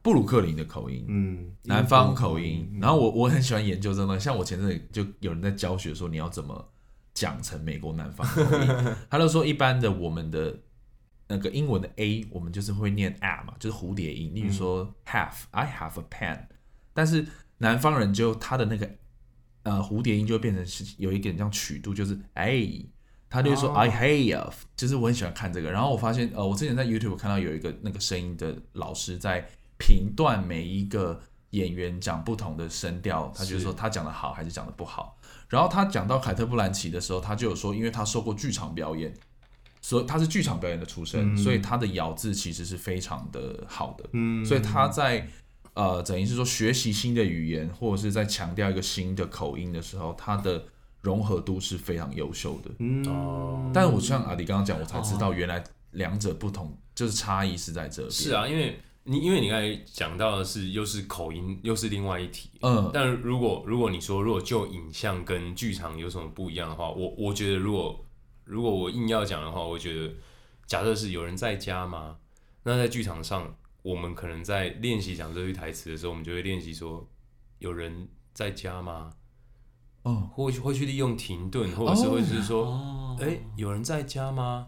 [SPEAKER 2] 布鲁克林的口音、
[SPEAKER 1] 嗯，
[SPEAKER 2] 南方口音。
[SPEAKER 1] 嗯
[SPEAKER 2] 然后我我很喜欢研究这个，像我前阵子就有人在教学说你要怎么讲成美国南方口 音，他就说一般的我们的。那个英文的 a，我们就是会念 a 嘛，就是蝴蝶音。例如说 have，I have a pen，但是南方人就他的那个呃蝴蝶音就会变成是有一点像曲度，就是哎，他就会说、
[SPEAKER 1] 哦
[SPEAKER 2] I have，就是我很喜欢看这个。然后我发现呃，我之前在 YouTube 看到有一个那个声音的老师在评断每一个演员讲不同的声调，他就是说他讲的好还是讲的不好。然后他讲到凯特·布兰奇的时候，他就有说，因为他受过剧场表演。所以他是剧场表演的出身，所以他的咬字其实是非常的好的。
[SPEAKER 1] 嗯，
[SPEAKER 2] 所以他在呃，等于是说学习新的语言，或者是在强调一个新的口音的时候，他的融合度是非常优秀的。
[SPEAKER 1] 嗯，
[SPEAKER 2] 哦但我像阿迪刚刚讲，我才知道原来两者不同，就是差异嗯是在这边。
[SPEAKER 3] 是，啊，因为你因为你刚才讲到的是又是口音又是另外一题，
[SPEAKER 2] 嗯，
[SPEAKER 3] 但如果如果你说如果就影像跟剧场有什么不一样的话，我我觉得如果如果我硬要讲的话，我觉得假设是有人在家嘛，那在剧场上，我们可能在练习讲这句台词的时候，我们就会练习说有人在家吗？
[SPEAKER 2] 哦，
[SPEAKER 3] 会会去利用停顿，或者是
[SPEAKER 2] 哦
[SPEAKER 3] 会是说，哎、有人在家吗？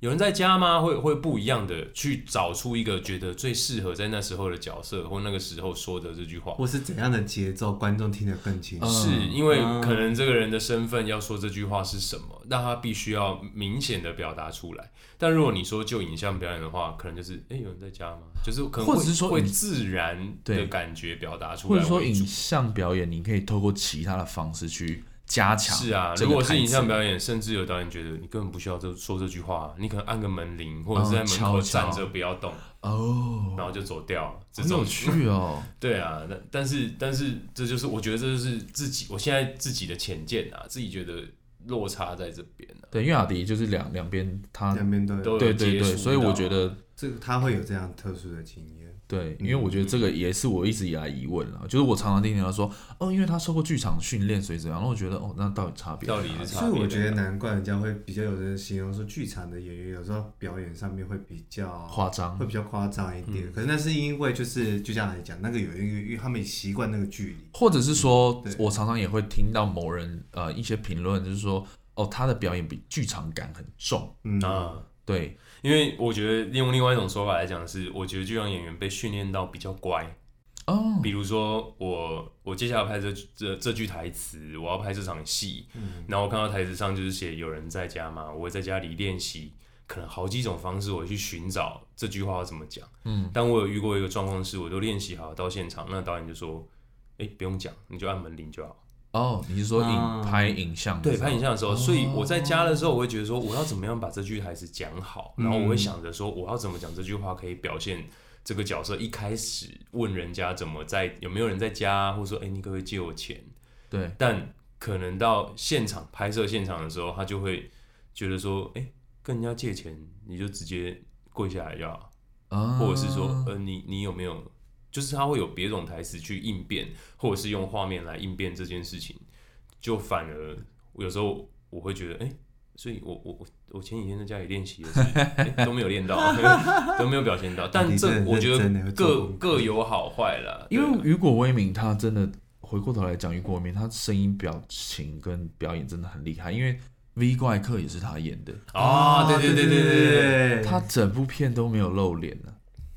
[SPEAKER 3] 有人在家吗？会会不一样的去找出一个觉得最适合在那时候的角色或那个时候说的这句话。
[SPEAKER 1] 或是怎样的节奏，观众听得更清楚，
[SPEAKER 3] 是
[SPEAKER 2] 嗯
[SPEAKER 3] 因为可能这个人的身份要说这句话是什么，那他必须要明显的表达出来。但如果你说就影像表演的话，可能就是哎、诶有人在家吗？就是可能会
[SPEAKER 2] 或者是说
[SPEAKER 3] 会
[SPEAKER 2] 影
[SPEAKER 3] 自然的
[SPEAKER 2] 对
[SPEAKER 3] 感觉表达出
[SPEAKER 2] 或
[SPEAKER 3] 来
[SPEAKER 2] 者说
[SPEAKER 3] 为
[SPEAKER 2] 影
[SPEAKER 3] 主
[SPEAKER 2] 像表演，你可以透过其他的方式去加强。
[SPEAKER 3] 是啊，如果是影像，表演，甚至有导演觉得你根本不需要这说这句话，你可能按个门铃，或者是在门口
[SPEAKER 2] 嗯敲
[SPEAKER 3] 站
[SPEAKER 2] 敲
[SPEAKER 3] 着不要动，
[SPEAKER 2] 哦，
[SPEAKER 3] 然后就走掉了。这
[SPEAKER 2] 很有
[SPEAKER 3] 种
[SPEAKER 2] 趣哦。
[SPEAKER 3] 对啊，但但是但是这就是我觉得这就是自己我现在自己的浅见啊，自己觉得落差在这边啊，
[SPEAKER 2] 对，因为阿迪就是两两边他，
[SPEAKER 1] 两边都有，
[SPEAKER 3] 都有
[SPEAKER 2] 对对
[SPEAKER 3] 接触
[SPEAKER 2] 对，所以
[SPEAKER 3] 到
[SPEAKER 2] 我觉得
[SPEAKER 1] 这个他会有这样特殊的经验，
[SPEAKER 2] 对，
[SPEAKER 1] 嗯
[SPEAKER 2] 因为我觉得这个也是我一直以来疑问啊了，就是我常常听人家说，哦，因为他受过剧场训练，所以怎样，然后我觉得，哦，那到底差别在哪
[SPEAKER 3] 到
[SPEAKER 2] 里？
[SPEAKER 3] 底是差
[SPEAKER 1] 所
[SPEAKER 3] 别在哪。
[SPEAKER 1] 以我觉得难怪人家会比较有人形容说，剧场的演员有时候表演上面会比较
[SPEAKER 2] 夸张嗯
[SPEAKER 1] 会，比较夸张一点。可是那是因为就是就像来讲，那个有一个，因为他们习惯那个距离。
[SPEAKER 2] 或者是说
[SPEAKER 3] 嗯
[SPEAKER 1] 对，
[SPEAKER 2] 我常常也会听到某人呃一些评论，就是说，哦，他的表演比剧场感很重，
[SPEAKER 1] 嗯，
[SPEAKER 3] 啊。
[SPEAKER 2] 对，
[SPEAKER 3] 因为我觉得用另外一种说法来讲是，我觉得剧场演员被训练到比较乖，
[SPEAKER 2] 哦，
[SPEAKER 3] 比如说我我接下来要拍这这这句台词，我要拍这场戏，然后我看到台词上就是写有人在家嘛，我会在家里练习，可能好几种方式我去寻找这句话要怎么讲。
[SPEAKER 2] 嗯，
[SPEAKER 3] 但我有遇过一个状况是，我都练习好到现场，那导演就说：“哎、不用讲，你就按门铃就好。
[SPEAKER 2] 哦，你是说
[SPEAKER 1] 啊
[SPEAKER 2] 影拍影像？
[SPEAKER 3] 对，拍影像的时候，所以我在家的时候，我会觉得说我要怎么样把这句台词讲好，然后我会想着说我要怎么讲这句话可以表现这个角色一开始问人家怎么在有没有人在家啊，或者说哎、你可不可以借我钱？
[SPEAKER 2] 对，
[SPEAKER 3] 但可能到现场拍摄现场的时候，他就会觉得说，哎、跟人家借钱你就直接跪下来就好，
[SPEAKER 2] 啊，
[SPEAKER 3] 或者是说，
[SPEAKER 1] 嗯
[SPEAKER 3] 呃，你你有没有，就是他会有别种台词去应变，或者是用画面来应变这件事情，就反而有时候我会觉得，哎、所以我我我我前几天在家里练习也是、诶都没有练到， 都没有表现到，但
[SPEAKER 1] 你真的
[SPEAKER 3] 这
[SPEAKER 1] 很
[SPEAKER 3] 我觉
[SPEAKER 1] 认真欸
[SPEAKER 3] 得
[SPEAKER 1] 会做
[SPEAKER 3] 各
[SPEAKER 1] 功课
[SPEAKER 3] 各有好坏啦，
[SPEAKER 2] 因为
[SPEAKER 3] 对啊
[SPEAKER 2] 雨果威明他真的回过头来讲，雨果威明他声音、表情跟表演真的很厉害，因为《V 怪客》也是他演的，
[SPEAKER 3] 啊，对对对对对对对。
[SPEAKER 1] 对
[SPEAKER 2] 他整部片都没有露脸呢、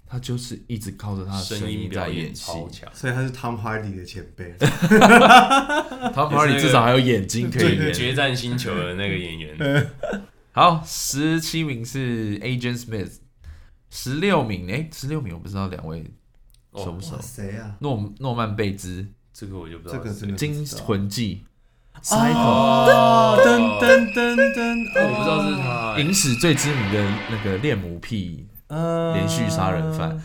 [SPEAKER 2] 他就是一直靠着
[SPEAKER 1] 啊
[SPEAKER 2] 他的
[SPEAKER 3] 声音
[SPEAKER 2] 音
[SPEAKER 3] 表
[SPEAKER 2] 在
[SPEAKER 3] 演
[SPEAKER 2] 演戏。
[SPEAKER 3] 超强，
[SPEAKER 1] 所以他是 Tom Hardy 的前 辈，
[SPEAKER 2] 他 Hardy 至少还有眼睛可以
[SPEAKER 3] 对，
[SPEAKER 2] 演。
[SPEAKER 3] 决战星球的那个 演员，
[SPEAKER 2] 好，十七名是 Agent Smith，十六名哎，十六名我不知道两位
[SPEAKER 3] 哦
[SPEAKER 2] 熟不熟
[SPEAKER 1] 哇，？谁啊？
[SPEAKER 2] 诺诺曼贝兹，
[SPEAKER 3] 这个我就不知
[SPEAKER 1] 这
[SPEAKER 3] 道
[SPEAKER 1] 个
[SPEAKER 3] 是谁。
[SPEAKER 1] 真的
[SPEAKER 2] 《惊魂记
[SPEAKER 1] ，Psycho，
[SPEAKER 3] 哦，
[SPEAKER 1] 噔噔噔噔，
[SPEAKER 3] 我不知道是他》， 欸，
[SPEAKER 2] 影史最知名的那个恋母癖
[SPEAKER 3] 哦
[SPEAKER 1] 呃
[SPEAKER 2] 连续杀人犯。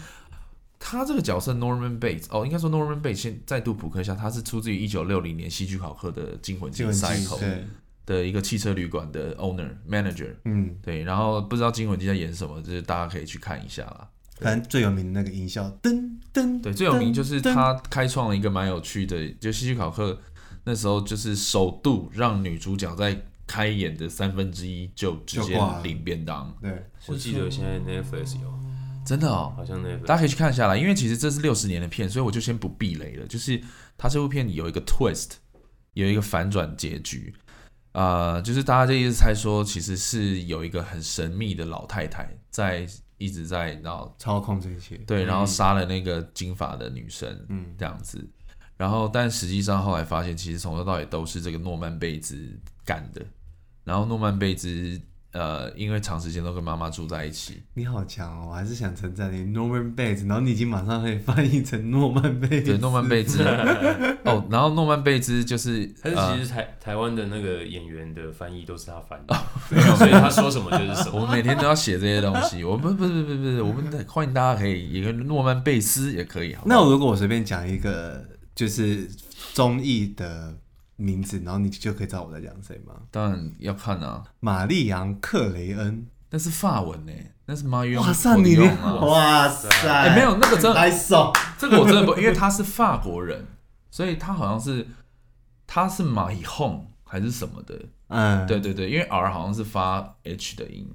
[SPEAKER 2] 他这个角色 Norman Bates，哦，应该说 Norman Bates 现再度补课一下，他是出自于一九六零年戏剧考克的《惊魂记
[SPEAKER 1] 惊》魂记
[SPEAKER 2] Cycle
[SPEAKER 1] 对，
[SPEAKER 2] 的一个汽车旅馆的 owner manager。
[SPEAKER 1] 嗯，
[SPEAKER 2] 对，然后不知道《惊魂记》在演什么，就是大家可以去看一下啦。
[SPEAKER 1] 反正最有名的那个音效，噔噔，
[SPEAKER 2] 对，最有名就是
[SPEAKER 1] 噔
[SPEAKER 2] 他开创了一个蛮有趣的，就希区考克那时候就是首度让女主角在开演的三分之一就直接
[SPEAKER 1] 就挂了
[SPEAKER 2] 领便当，
[SPEAKER 1] 对，
[SPEAKER 3] 我记得现在 Netflix 有，
[SPEAKER 2] 真的哦。
[SPEAKER 3] 好像 Netflix
[SPEAKER 2] 大家可以去看一下啦，因为其实这是六十年的片，所以我就先不避雷了。就是它这部片有一个 twist，有一个反转结局，呃，就是大家就一直猜说，其实是有一个很神秘的老太太在一直在然后
[SPEAKER 1] 操控这一切，
[SPEAKER 2] 对，然后杀了那个金发的女生，
[SPEAKER 1] 嗯
[SPEAKER 2] 这样子。然后，但实际上后来发现，其实从头到尾都是这个诺曼贝兹干的。然后诺曼贝兹，呃，因为长时间都跟妈妈住在一起，
[SPEAKER 1] 你好强哦！我还是想称赞你 Norman Bates，然后你已经马上可以翻译成诺曼贝
[SPEAKER 2] 对
[SPEAKER 1] 兹，
[SPEAKER 2] 诺曼贝 兹，哦，然后诺曼贝兹就是
[SPEAKER 3] 他是
[SPEAKER 2] 呃
[SPEAKER 3] 其，实台台湾的那个演员的翻译都是他翻的，所以他说什么就是什
[SPEAKER 2] 哦我
[SPEAKER 3] 么。
[SPEAKER 2] 们每天都要写这些东西。我们不不不不不，我们欢迎大家可以也跟诺曼贝斯也可以，好不好
[SPEAKER 1] 那如果我随便讲一个就是综艺的名字，然后你就可以知道我在讲谁吗？
[SPEAKER 2] 当然要看啊，
[SPEAKER 1] 玛丽昂·克雷恩，
[SPEAKER 2] 那是法文呢，那是妈用
[SPEAKER 1] 哇塞，你厉
[SPEAKER 2] 用
[SPEAKER 1] 害
[SPEAKER 2] 啊，
[SPEAKER 1] 哇塞，哦
[SPEAKER 2] 哎，没有那个真的
[SPEAKER 1] 来手，
[SPEAKER 2] 这个我真的不，因为他是法国人，所以他好像是他是马以哄还是什么的，
[SPEAKER 1] 嗯，
[SPEAKER 2] 对，对对，因为 R 好像是发 H 的音。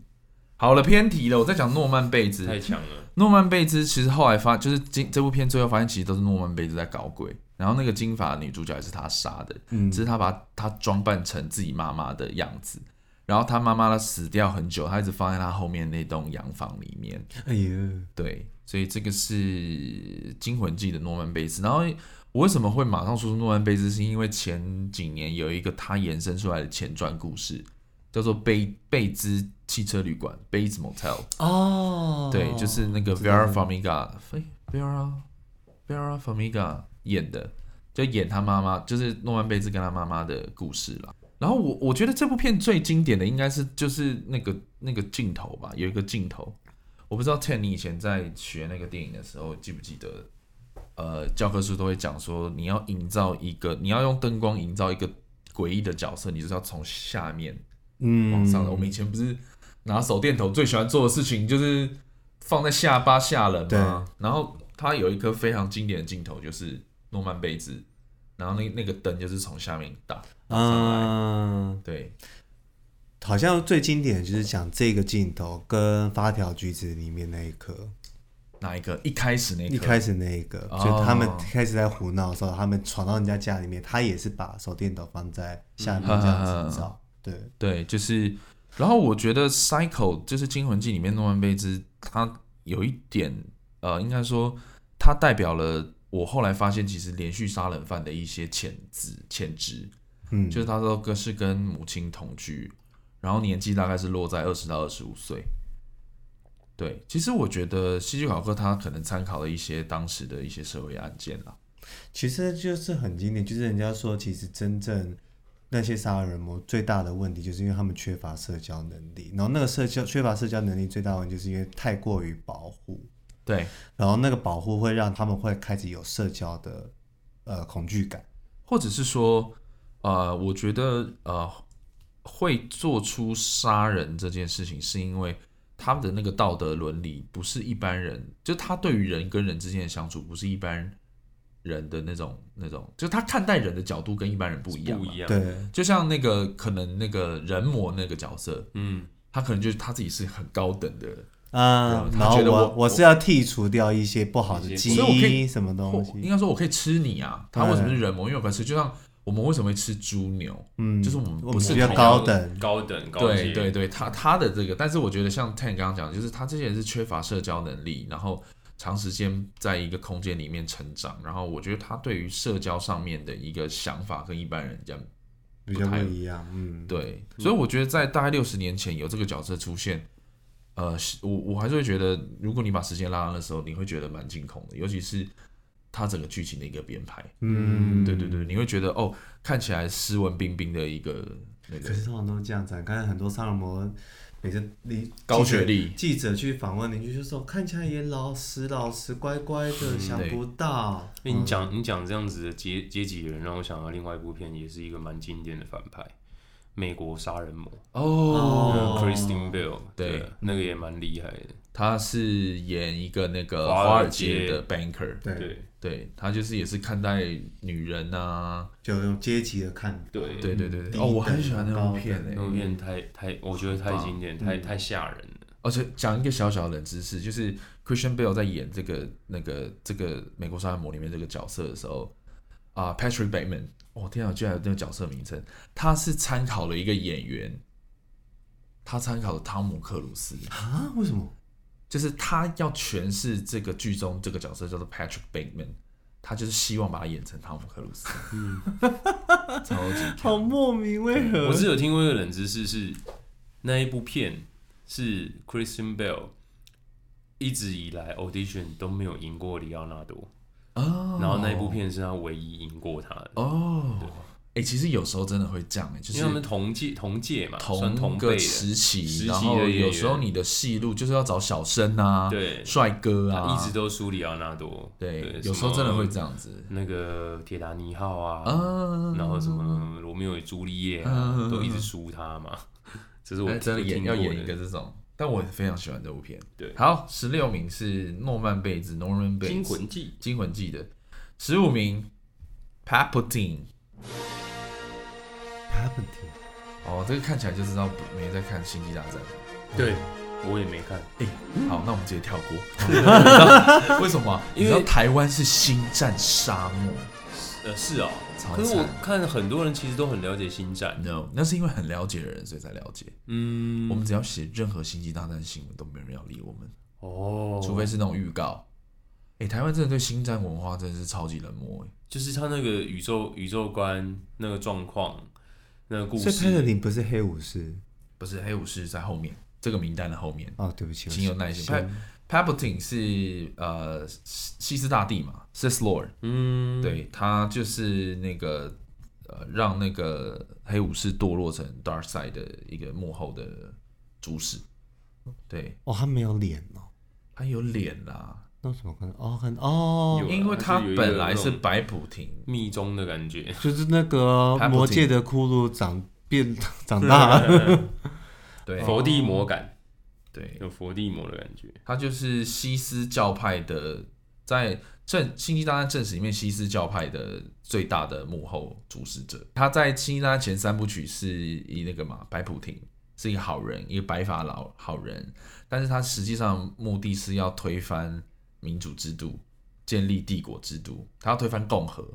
[SPEAKER 2] 好了，偏题了，我在讲诺曼贝
[SPEAKER 3] 太
[SPEAKER 2] 兹。
[SPEAKER 3] 强了，
[SPEAKER 2] 诺曼贝兹其实后来发，就是今这部片最后发现，其实都是诺曼贝兹在搞鬼，然后那个金发女主角也是他杀的，
[SPEAKER 1] 嗯
[SPEAKER 2] 只是他把他装扮成自己妈妈的样子。然后他妈妈死掉很久，他一直放在他后面那栋洋房里面。
[SPEAKER 1] 哎呦，
[SPEAKER 2] 对，所以这个是《惊魂记》的诺曼贝斯。然后我为什么会马上说出诺曼贝斯，是因为前几年有一个他延伸出来的前传故事，叫做贝贝兹汽车旅馆 （Bates Motel）。
[SPEAKER 1] 哦
[SPEAKER 2] 对，就是那个 Vera Farmiga，哎，Vera Vera Farmiga 演的，就演他妈妈，就是诺曼贝兹跟他妈妈的故事啦。然后我我觉得这部片最经典的应该是就是那个那个镜头吧，有一个镜头，我不知道 Ten 你以前在学那个电影的时候记不记得？呃，教科书都会讲说，你要营造一个，你要用灯光营造一个诡异的角色，你就是要从下面
[SPEAKER 1] 嗯
[SPEAKER 2] 往上的。我们以前不是拿手电筒最喜欢做的事情就是放在下巴吓人
[SPEAKER 1] 对
[SPEAKER 2] 吗？然后它有一颗非常经典的镜头，就是诺曼贝兹，然后那那个灯就是从下面打打上来。
[SPEAKER 1] 嗯，
[SPEAKER 2] 对，
[SPEAKER 1] 好像最经典的就是讲这个镜头跟《发条橘子》里面那一刻，
[SPEAKER 2] 哪一个？一开始那
[SPEAKER 1] 一
[SPEAKER 2] 颗
[SPEAKER 1] 开始那一个，
[SPEAKER 2] 哦
[SPEAKER 1] 就他们开始在胡闹的时候，他们闯到人家家里面，他也是把手电筒放在下面这样子
[SPEAKER 2] 嗯
[SPEAKER 1] 照，对，
[SPEAKER 2] 对，就是，然后我觉得《Cycle》就是《惊魂记》里面诺曼贝兹，他有一点，呃，应该说他代表了我后来发现，其实连续杀人犯的一些潜质潜质，
[SPEAKER 1] 嗯，
[SPEAKER 2] 就是他都跟是跟母亲同居，然后年纪大概是落在二十到二十五岁。对，其实我觉得戏剧考克他可能参考了一些当时的一些社会案件啦。
[SPEAKER 1] 其实就是很经典，就是人家说，其实真正那些杀人魔最大的问题，就是因为他们缺乏社交能力。然后那个社交缺乏社交能力最大的问题，就是因为太过于保护，
[SPEAKER 2] 对，
[SPEAKER 1] 然后那个保护会让他们会开始有社交的呃恐惧感。
[SPEAKER 2] 或者是说，呃，我觉得呃，会做出杀人这件事情，是因为他们的那个道德伦理不是一般人，就他对于人跟人之间的相处，不是一般人的那种那种，就他看待人的角度跟一般人不一样嘛。
[SPEAKER 3] 不一样，
[SPEAKER 1] 对，
[SPEAKER 2] 就像那个可能那个人魔那个角色，
[SPEAKER 3] 嗯，
[SPEAKER 2] 他可能就是他自己是很高等的人，
[SPEAKER 1] 啊、
[SPEAKER 2] 他
[SPEAKER 1] 然后
[SPEAKER 2] 觉得
[SPEAKER 1] 我
[SPEAKER 2] 我
[SPEAKER 1] 我是要剔除掉一些不好的
[SPEAKER 3] 一
[SPEAKER 1] 基
[SPEAKER 3] 些
[SPEAKER 2] 所以我可以
[SPEAKER 1] 因，什么
[SPEAKER 2] 或
[SPEAKER 1] 东
[SPEAKER 2] 应
[SPEAKER 1] 西，
[SPEAKER 2] 该说我可以吃你啊。他为什么
[SPEAKER 1] 对
[SPEAKER 2] 是人魔？因为我可以吃，就像我们为什么会吃猪牛？
[SPEAKER 1] 嗯，
[SPEAKER 2] 就是我们
[SPEAKER 1] 我
[SPEAKER 2] 不
[SPEAKER 1] 们
[SPEAKER 2] 是
[SPEAKER 1] 比较
[SPEAKER 2] 同
[SPEAKER 1] 高
[SPEAKER 3] 同样
[SPEAKER 1] 等，
[SPEAKER 3] 高等，高
[SPEAKER 2] 对
[SPEAKER 3] 阶
[SPEAKER 2] 对对，他他的这个，但是我觉得像 Ten 刚刚讲的，就是他这些人是缺乏社交能力，然后长时间在一个空间里面成长，然后我觉得他对于社交上面的一个想法跟一般人家
[SPEAKER 1] 比较
[SPEAKER 2] 不
[SPEAKER 1] 不
[SPEAKER 2] 太
[SPEAKER 1] 一样，嗯，
[SPEAKER 2] 对，所以我觉得在大概六十年前有这个角色出现，呃，是我我还是会觉得，如果你把时间拉到那时候，你会觉得蛮惊恐的，尤其是他整个剧情的一个编排，
[SPEAKER 1] 嗯，
[SPEAKER 2] 对对。对，你会觉得哦，看起来斯文彬彬的一个那个
[SPEAKER 1] 可是通常都这样子、啊，刚才很多萨尔摩每次你
[SPEAKER 2] 高学历，
[SPEAKER 1] 记者去访问邻居，就说看起来也老实老实乖乖的，想
[SPEAKER 2] 嗯对
[SPEAKER 1] 不到。
[SPEAKER 3] 因哎为你讲你讲这样子的阶阶级的人，让我想到另外一部片，也是一个蛮经典的反派，美国杀人魔、
[SPEAKER 2] 哦
[SPEAKER 1] 哦
[SPEAKER 3] c h r i s t i n Bell，
[SPEAKER 2] 对
[SPEAKER 3] 那个也蛮厉害的，
[SPEAKER 2] 他是演一个那个
[SPEAKER 3] 华尔
[SPEAKER 2] 华尔街
[SPEAKER 3] 街
[SPEAKER 2] 的 banker，
[SPEAKER 1] 对，
[SPEAKER 3] 对
[SPEAKER 2] 对他就是也是看待女人啊，
[SPEAKER 1] 就用阶级的看法。
[SPEAKER 3] 对
[SPEAKER 2] 对对对
[SPEAKER 1] 低
[SPEAKER 2] 对，哦，我很喜欢那
[SPEAKER 1] 等
[SPEAKER 2] 部
[SPEAKER 1] 高
[SPEAKER 2] 片
[SPEAKER 1] 等
[SPEAKER 2] 诶、
[SPEAKER 3] 那部片太太，我觉得太经
[SPEAKER 2] 嗯
[SPEAKER 3] 典，太太吓人了。
[SPEAKER 2] 而且哦讲一个小小的冷知识，就是 Christian Bale 在演这个那个这个美国杀人魔里面这个角色的时候，啊、p a t r i c k Bateman，哦天啊，居然有这个角色名称，他是参考了一个演员，他参考了汤姆克鲁斯，
[SPEAKER 1] 啊？为什么？
[SPEAKER 2] 就是他要诠释这个剧中这个角色叫做 Patrick Bateman，他就是希望把他演成汤姆克鲁斯， 嗯，超级
[SPEAKER 1] 好莫名为何？
[SPEAKER 3] 我是有听过一个冷知识是，那一部片是 Christian Bell 一直以来 audition 都没有赢过里奥纳多，
[SPEAKER 2] 哦，
[SPEAKER 3] 然后那一部片是他唯一赢过他的，
[SPEAKER 2] 哦，哎、其实有时候真的会这样、欸，就
[SPEAKER 3] 因为他们
[SPEAKER 2] 是
[SPEAKER 3] 同届同届嘛，啊算同辈
[SPEAKER 2] 个
[SPEAKER 3] 的，
[SPEAKER 2] 时期，
[SPEAKER 3] 时期的
[SPEAKER 2] 然后
[SPEAKER 3] 演员
[SPEAKER 2] 有时候你的戏路就是要找小生啊，
[SPEAKER 3] 对
[SPEAKER 2] 帅哥
[SPEAKER 3] 他
[SPEAKER 2] 啊，
[SPEAKER 3] 一直都输里奥纳多，
[SPEAKER 2] 对，有时候真的会这样子，
[SPEAKER 3] 那个铁达尼号啊，
[SPEAKER 2] 啊，
[SPEAKER 3] 然后什么罗密欧与朱丽叶啊，
[SPEAKER 2] 嗯
[SPEAKER 3] 都一直输他嘛， 这是我
[SPEAKER 2] 哎真的演
[SPEAKER 3] 听过
[SPEAKER 2] 要演一个这种。但我非常喜欢这部片。
[SPEAKER 3] 对
[SPEAKER 2] 好，十六名是诺曼贝兹 （Norman
[SPEAKER 3] 《
[SPEAKER 2] Bates），
[SPEAKER 3] 惊魂记》。
[SPEAKER 2] 《惊魂记》的，十五名 Palpatine。
[SPEAKER 1] Palpatine
[SPEAKER 2] 哦，这个看起来就知道不没在看《星际大战
[SPEAKER 3] 对，
[SPEAKER 1] 哦
[SPEAKER 3] 我也没看。》
[SPEAKER 2] 好，那我们直接跳过。 你知道为什么？
[SPEAKER 3] 因
[SPEAKER 2] 你
[SPEAKER 3] 为
[SPEAKER 2] 知道台湾是星战沙漠
[SPEAKER 3] 呃，是啊、
[SPEAKER 2] 超
[SPEAKER 3] 可是我
[SPEAKER 2] 惨
[SPEAKER 3] 看很多人其实都很了解星战。
[SPEAKER 2] ，no，那是因为很了解的人，所以才了解。
[SPEAKER 3] 嗯，
[SPEAKER 2] 我们只要写任何《星际大战》新闻，都没有人要理我们，
[SPEAKER 3] 哦，
[SPEAKER 2] 除非是那种预告。哎、台湾真的对星战文化真的是超级冷漠、诶
[SPEAKER 3] 就是他那个宇宙宇宙观那个状况，那个故
[SPEAKER 1] 所以佩
[SPEAKER 3] 事
[SPEAKER 1] 特林不是黑武士
[SPEAKER 2] 不是黑武士在后面这个名单的后面。
[SPEAKER 1] 哦，对不起，
[SPEAKER 2] 请有耐心。p a p a p a t i n 是呃西西斯大帝嘛，Sith Lord，、
[SPEAKER 3] 嗯，
[SPEAKER 2] 对他就是那个呃让那个黑武士堕落成 Dark Side 的一个幕后的主使。对
[SPEAKER 1] 哦，他没有脸哦，
[SPEAKER 2] 他有脸啦，
[SPEAKER 1] 那怎么可能？哦，很哦
[SPEAKER 3] 有，啊
[SPEAKER 2] 因为他
[SPEAKER 3] 就是有一个
[SPEAKER 2] 本来是
[SPEAKER 3] 那种
[SPEAKER 2] 白普廷，
[SPEAKER 3] 密宗的感觉。
[SPEAKER 1] 就是那个
[SPEAKER 2] Palpatine
[SPEAKER 1] 魔界的骷髅长变 长大 了，
[SPEAKER 2] 对
[SPEAKER 3] 佛地魔感，
[SPEAKER 2] 对，
[SPEAKER 3] 有佛地魔的感觉。
[SPEAKER 2] 他就是西斯教派的，在正《星际大战》正史里面，西斯教派的最大的幕后主使者。他在《星际大战》前三部曲是以那个嘛白普廷是一个好人，一个白发老好人，但是他实际上目的是要推翻民主制度，建立帝国制度，他要推翻共和，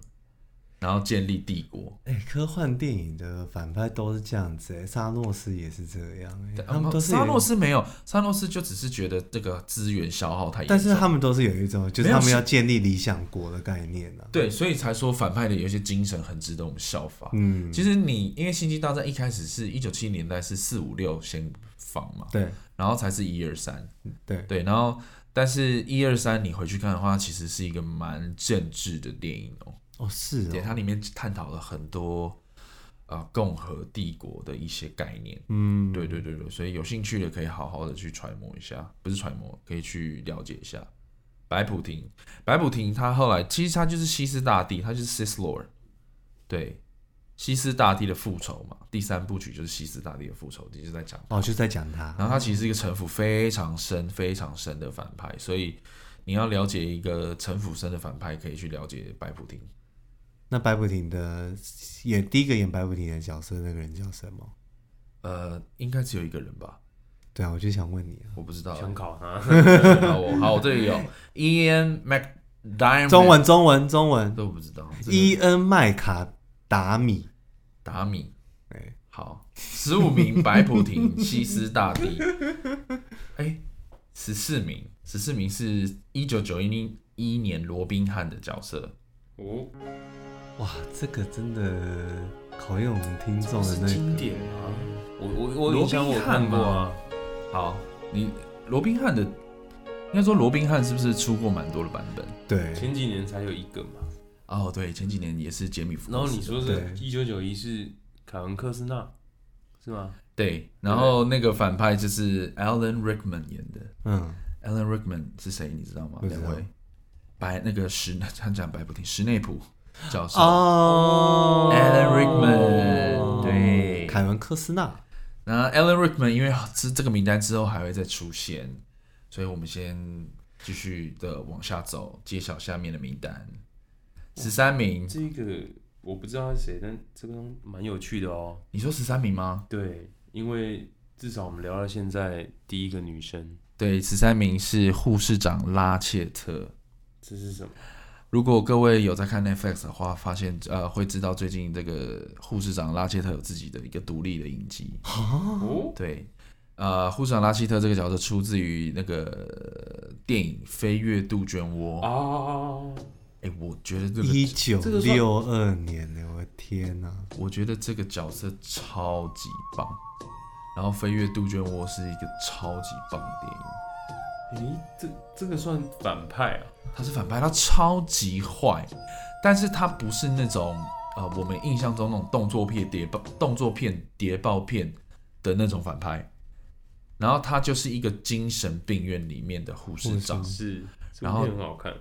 [SPEAKER 2] 然后建立帝国。
[SPEAKER 1] 哎、科幻电影的反派都是这样子、哎，沙诺斯也是这样、哎，他们都是有
[SPEAKER 2] 沙嗯哦诺，斯没有，沙诺斯就只是觉得这个资源消耗太严重，
[SPEAKER 1] 但是他们都是有一种，就是
[SPEAKER 2] 没有
[SPEAKER 1] 他们
[SPEAKER 2] 是
[SPEAKER 1] 要建立理想国的概念呢、啊。
[SPEAKER 2] 对，所以才说反派的有一些精神很值得我们效法。
[SPEAKER 1] 嗯，
[SPEAKER 2] 其实你因为《星际大战》一开始是一九七零年代是四五六先放嘛，
[SPEAKER 1] 对
[SPEAKER 2] 然后才是一二三，
[SPEAKER 1] 对，
[SPEAKER 2] 对，然后但是一二三你回去看的话，其实是一个蛮政治的电影哦，
[SPEAKER 1] 哦是
[SPEAKER 2] 对，
[SPEAKER 1] 哦，
[SPEAKER 2] 它里面探讨了很多呃共和帝国的一些概念。
[SPEAKER 1] 嗯，
[SPEAKER 2] 对对对对，所以有兴趣的可以好好的去揣摩一下，不是揣摩，可以去了解一下。白普廷，白普廷他后来其实他就是西斯大帝，他就是 Sis Lord，对，西斯大帝的复仇嘛，第三部曲就是西斯大帝的复仇，就是在讲他
[SPEAKER 1] 哦，就是在讲他，
[SPEAKER 2] 然后他其实是一个城府非常深、非常深的反派，所以你要了解一个城府深的反派，可以去了解白普廷。
[SPEAKER 1] 那白不停的演第一个演白不停的角色那个人叫什么？
[SPEAKER 2] 呃，应该只有一个人吧，
[SPEAKER 1] 对啊，我就想问你啊，
[SPEAKER 2] 我不知道。
[SPEAKER 3] 想考啊，
[SPEAKER 2] 好，我好，我这里有 Ian McDiarmid，
[SPEAKER 1] 中文中文中文，
[SPEAKER 2] 都不知道。这个
[SPEAKER 1] 伊恩麦卡达米，
[SPEAKER 2] 达米
[SPEAKER 1] 哎，
[SPEAKER 2] 好，十五名白普廷 西斯大帝，哎，十四名，十四名是一九九一一年罗宾汉的角色，
[SPEAKER 3] 哦，
[SPEAKER 1] 哇，这个真的考验我们听众的
[SPEAKER 3] 是
[SPEAKER 1] 那
[SPEAKER 3] 经
[SPEAKER 1] 个，
[SPEAKER 3] 典啊！我我我有
[SPEAKER 2] 罗
[SPEAKER 3] 印象
[SPEAKER 2] 宾
[SPEAKER 3] 我
[SPEAKER 2] 汉
[SPEAKER 3] 看过啊，
[SPEAKER 2] 好，你罗宾汉的，应该说罗宾汉是不是出过蛮多的版本？
[SPEAKER 1] 对
[SPEAKER 3] 前几年才有一个嘛。
[SPEAKER 2] 哦，对，前几年也是杰米福斯。
[SPEAKER 3] 然后你说
[SPEAKER 1] 对
[SPEAKER 3] 是一九九一是凯文·克斯纳是吗？
[SPEAKER 2] 对，然后那个反派就是 Alan Rickman 演的。
[SPEAKER 1] 嗯，
[SPEAKER 2] Alan Rickman 是谁？你知道吗？
[SPEAKER 1] 不知道
[SPEAKER 2] 两位白那个史，他讲白不听史内普教授、
[SPEAKER 1] 哦
[SPEAKER 2] Alan Rickman 对
[SPEAKER 1] 凯文科斯纳，
[SPEAKER 2] 那 Alan Rickman 因为这这个名单之后还会再出现，所以我们先继续的往下走，揭晓下面的名单。十三名，
[SPEAKER 3] 这个我不知道他是谁，但这个东蛮有趣的哦。
[SPEAKER 2] 你说十三名吗？
[SPEAKER 3] 对，因为至少我们聊到现在，第一个女生
[SPEAKER 2] 对，十三名是护士长拉切特。
[SPEAKER 3] 这是什么？
[SPEAKER 2] 如果各位有在看 Netflix 的话，发现呃会知道最近这个护士长拉切特有自己的一个独立的影集，
[SPEAKER 3] 哦，
[SPEAKER 2] 对，呃，护士长拉希特这个角色出自于那个呃电影《飞跃杜鹃窝》。哎、
[SPEAKER 3] 啊，
[SPEAKER 2] 我觉得这个，
[SPEAKER 1] 一九
[SPEAKER 3] 这个算
[SPEAKER 1] 六二年呢，我的天哪，
[SPEAKER 2] 我觉得这个角色超级棒。然后《飞跃杜鹃窝》是一个超级棒的电影，
[SPEAKER 3] 诶，这这个算反派啊？
[SPEAKER 2] 他是反派，他超级坏，但是他不是那种呃我们印象中那种动作片谍报、动作片谍报片的那种反派。然后他就是一个精神病院里面的护士
[SPEAKER 1] 护士
[SPEAKER 2] 长，
[SPEAKER 3] 是，这
[SPEAKER 2] 然
[SPEAKER 3] 部
[SPEAKER 2] 后
[SPEAKER 3] 片很好看，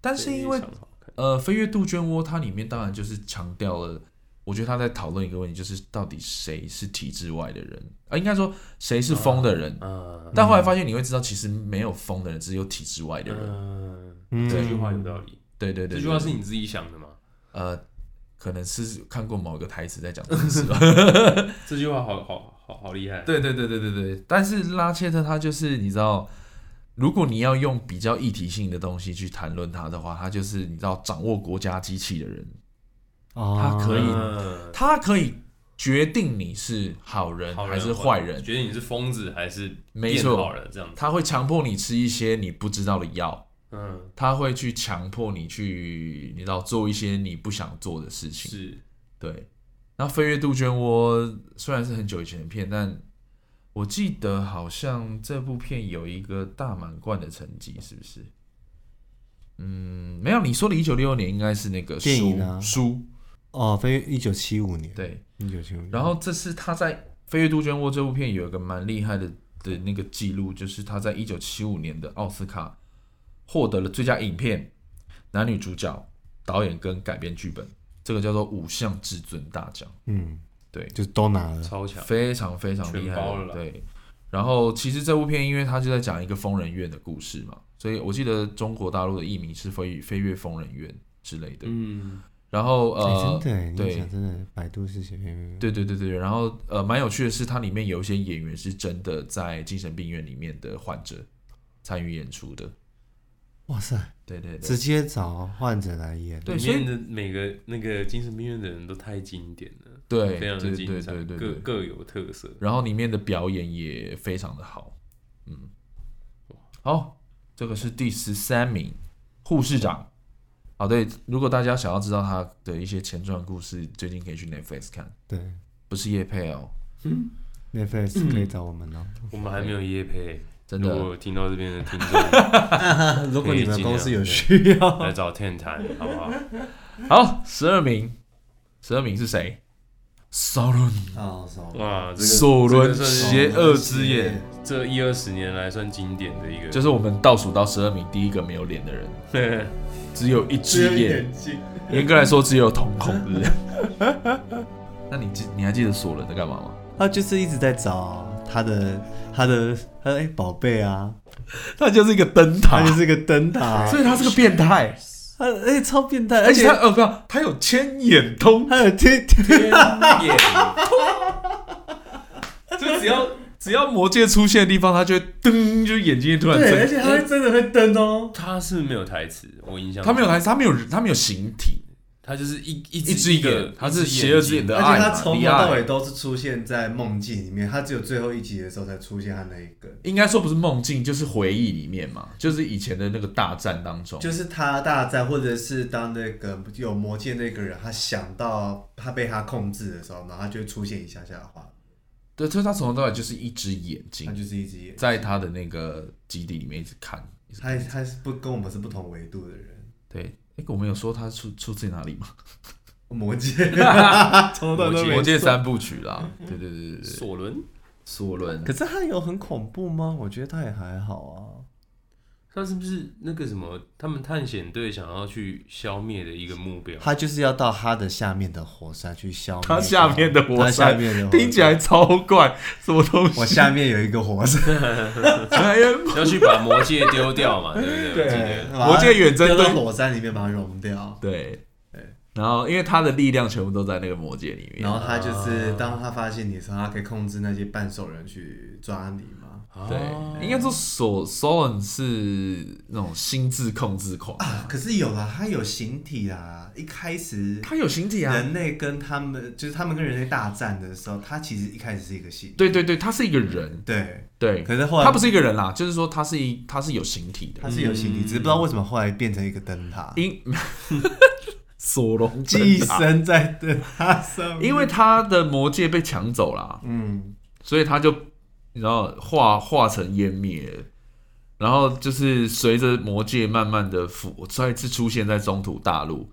[SPEAKER 2] 但是因为
[SPEAKER 3] 非常好看
[SPEAKER 2] 呃，《飞跃杜鹃窝》它里面当然就是强调了，我觉得他在讨论一个问题，就是到底谁是体制外的人啊、应该说谁是疯的人。
[SPEAKER 3] 啊，
[SPEAKER 2] 但后来发现你会知道，其实没有疯的人，只有体制外的人。
[SPEAKER 3] 嗯，
[SPEAKER 1] 嗯
[SPEAKER 3] 这句话有道理，
[SPEAKER 2] 对对对，
[SPEAKER 3] 这句话
[SPEAKER 2] 对
[SPEAKER 3] 是你自己想的吗？
[SPEAKER 2] 呃，可能是看过某个台词在讲 这件事吧。
[SPEAKER 3] 这句话好好好好厉害，啊
[SPEAKER 2] 对对对对对对，但是拉切特他就是你知道，如果你要用比较议题性的东西去谈论他的话，他就是你知道掌握国家机器的人。
[SPEAKER 1] 哦
[SPEAKER 2] 他可以
[SPEAKER 3] 嗯
[SPEAKER 2] 他可以决定你是好人
[SPEAKER 3] 好
[SPEAKER 2] 还是坏人，
[SPEAKER 3] 觉得你是疯子还是
[SPEAKER 2] 没
[SPEAKER 3] 变
[SPEAKER 2] 错
[SPEAKER 3] 好人这样子，
[SPEAKER 2] 他会强迫你吃一些你不知道的药，
[SPEAKER 3] 嗯，
[SPEAKER 2] 他会去强迫你去，你知道做一些你不想做的事情。
[SPEAKER 3] 是
[SPEAKER 2] 对，那《飞跃杜鹃窝》虽然是很久以前的片，但我记得好像这部片有一个大满贯的成绩，是不是？嗯，没有，你说的1966年应该是那个
[SPEAKER 1] 电影
[SPEAKER 2] 书、
[SPEAKER 1] 啊
[SPEAKER 2] 书，
[SPEAKER 1] 哦，飞一九七五年，
[SPEAKER 2] 对，
[SPEAKER 1] 一九七五年，
[SPEAKER 2] 然后这次他在《飞跃杜鹃窝》这部片有一个蛮厉害的的那个记录，就是他在一九七五年的奥斯卡获得了最佳影片、男女主角、导演跟改编剧本，这个叫做五项至尊大奖，
[SPEAKER 1] 嗯，
[SPEAKER 2] 对
[SPEAKER 1] 就都拿了，
[SPEAKER 3] 超强，
[SPEAKER 2] 非常非常厉
[SPEAKER 3] 啊全
[SPEAKER 2] 害
[SPEAKER 3] 包了啦
[SPEAKER 2] 对，然后其实这部片因为它就在讲一个疯人院的故事嘛，所以我记得中国大陆的译名是飞《飞跃疯人院》之类的。
[SPEAKER 3] 嗯，
[SPEAKER 2] 然后呃
[SPEAKER 1] 哎，真，的耶，你
[SPEAKER 2] 对
[SPEAKER 1] 讲真的，百度是写片，
[SPEAKER 2] 对对对对，然后呃，蛮有趣的是，它里面有一些演员是真的在精神病院里面的患者参与演出的。
[SPEAKER 1] 哇塞，
[SPEAKER 2] 对对对
[SPEAKER 1] 直，接找患者来演，
[SPEAKER 2] 对
[SPEAKER 3] 里
[SPEAKER 2] 所以
[SPEAKER 3] 面的每个那个精神病院的人都太经典了，
[SPEAKER 2] 对
[SPEAKER 3] 非常
[SPEAKER 2] 对
[SPEAKER 3] 的
[SPEAKER 2] 对
[SPEAKER 3] 精彩
[SPEAKER 2] 对，对
[SPEAKER 3] 各
[SPEAKER 2] 对。
[SPEAKER 3] 各有特色。
[SPEAKER 2] 然后里面的表演也非常的好，嗯，好，这个是第十三名，护士长。好，对，如果大家想要知道他的一些前传故事，最近可以去 Netflix 看，
[SPEAKER 1] 对
[SPEAKER 2] 不是叶配哦，
[SPEAKER 1] ，Netflix 可以找我们 哦。
[SPEAKER 3] 我们还没有夜配，
[SPEAKER 2] 真的
[SPEAKER 3] 如果听到这边的听众
[SPEAKER 1] 如
[SPEAKER 3] 果你们公司有
[SPEAKER 1] 需要，
[SPEAKER 3] 来找天谈，好不好？
[SPEAKER 2] 好，十二名，十二名是谁？骚乱
[SPEAKER 1] 啊，骚
[SPEAKER 3] 哇，这个
[SPEAKER 2] 索伦
[SPEAKER 3] 这个算
[SPEAKER 2] 邪
[SPEAKER 3] 是
[SPEAKER 2] 恶之眼，
[SPEAKER 3] 这一二十年来算 经典的一个，
[SPEAKER 2] 就是我们倒数到十二名第一个没有脸的人，
[SPEAKER 3] 是
[SPEAKER 2] 只有一只眼，
[SPEAKER 1] 睛，
[SPEAKER 2] 严格来说只有瞳孔，对不对？ 那你记你还记得索伦在干嘛 吗？
[SPEAKER 1] 他就是一直在找他的他的他的哎宝贝啊，
[SPEAKER 2] 他就是一个灯塔
[SPEAKER 1] 他就是个灯塔，啊
[SPEAKER 2] 所以他是个变态，
[SPEAKER 1] 他哎超变态，
[SPEAKER 2] 而
[SPEAKER 1] 而
[SPEAKER 2] 且
[SPEAKER 1] 且
[SPEAKER 2] 他呃不，他有千眼通，
[SPEAKER 1] 他有天
[SPEAKER 3] 天眼，
[SPEAKER 2] 就只要只要魔界出现的地方，他就会噔，就眼睛突然
[SPEAKER 1] 对，而
[SPEAKER 2] 睁。
[SPEAKER 1] 且他会真的会灯哦，
[SPEAKER 3] 他是不是没有台词，我印象
[SPEAKER 2] 他没有
[SPEAKER 3] 中，
[SPEAKER 2] 来，他没有他没有形体，
[SPEAKER 3] 他就是一一
[SPEAKER 2] 一
[SPEAKER 3] 只
[SPEAKER 2] 只
[SPEAKER 3] 一个
[SPEAKER 2] 眼，，他是邪恶之眼
[SPEAKER 3] 的，
[SPEAKER 2] 的
[SPEAKER 1] 而且
[SPEAKER 2] 爱
[SPEAKER 1] 他
[SPEAKER 2] 嘛，
[SPEAKER 1] 从
[SPEAKER 2] 离
[SPEAKER 1] 头到尾
[SPEAKER 2] 爱。
[SPEAKER 1] 都是出现在梦境里面，他只有最后一集的时候才出现他那一个，
[SPEAKER 2] 应该说不是梦境，就是回忆里面嘛，就是以前的那个大战当中。
[SPEAKER 1] 就是他大战，或者是当那个有魔戒那个人，他想到他被他控制的时候，然后他就会出现一下下的话，
[SPEAKER 2] 对，就是他从头到尾就是一只眼
[SPEAKER 1] 他
[SPEAKER 2] 睛，
[SPEAKER 1] 就是一只眼，
[SPEAKER 2] 在他的那个基地里面一直看。一直看
[SPEAKER 1] 他他是不跟我们是不同维度的人，
[SPEAKER 2] 对，哎、我们有说他出出自哪里 吗？
[SPEAKER 1] 魔 戒从头到尾都没
[SPEAKER 2] 魔界
[SPEAKER 1] 错
[SPEAKER 2] 三部曲啦。对对对对对，
[SPEAKER 3] 索伦，
[SPEAKER 2] 索伦
[SPEAKER 1] 可是他有很恐怖吗？我觉得他也还好啊
[SPEAKER 3] 他是不是那个什么，他们探险队想要去消灭的一个目标
[SPEAKER 1] 啊，？他就是要到他的下面的火山去消灭
[SPEAKER 2] 他下面的火
[SPEAKER 1] 他下
[SPEAKER 2] 山
[SPEAKER 1] 面的火山
[SPEAKER 2] 听起来超怪，什么东西？
[SPEAKER 1] 我下面有一个火山，
[SPEAKER 2] 哎呀
[SPEAKER 3] 要去把魔戒丢掉嘛，对不对？我
[SPEAKER 1] 把它
[SPEAKER 3] 记得
[SPEAKER 2] 魔戒远征
[SPEAKER 1] 丢
[SPEAKER 2] 队
[SPEAKER 1] 到火山里面把它融掉，
[SPEAKER 2] 对，然后因为他的力量全部都在那个魔界里面
[SPEAKER 1] 然，后他就是当他发现你的时候，他可以控制那些半兽人去抓你嘛。哦
[SPEAKER 2] 对，
[SPEAKER 3] 啊
[SPEAKER 2] 应该说索索伦是那种心智控制狂，
[SPEAKER 1] 啊，可是有啦，他有形体啦。一开始
[SPEAKER 2] 他有形体啊，
[SPEAKER 1] 人类跟他们就是他们跟人类大战的时候，他其实一开始是一个形，
[SPEAKER 2] 对对对，他是一个人，
[SPEAKER 1] 对，
[SPEAKER 2] 对，
[SPEAKER 1] 可是后来
[SPEAKER 2] 他不是一个人啦，就是说他是一他是有形体的
[SPEAKER 1] 他，是有形体，只是不知道为什么后来变成一个灯塔，
[SPEAKER 2] 因 索隆
[SPEAKER 1] 寄
[SPEAKER 2] 灯塔
[SPEAKER 1] 生在灯塔上面。
[SPEAKER 2] 因为他的魔戒被抢走了啊、
[SPEAKER 1] 嗯，
[SPEAKER 2] 所以他就你知道化化成湮灭了，然后就是随着魔界慢慢的腐，再次出现在中土大陆，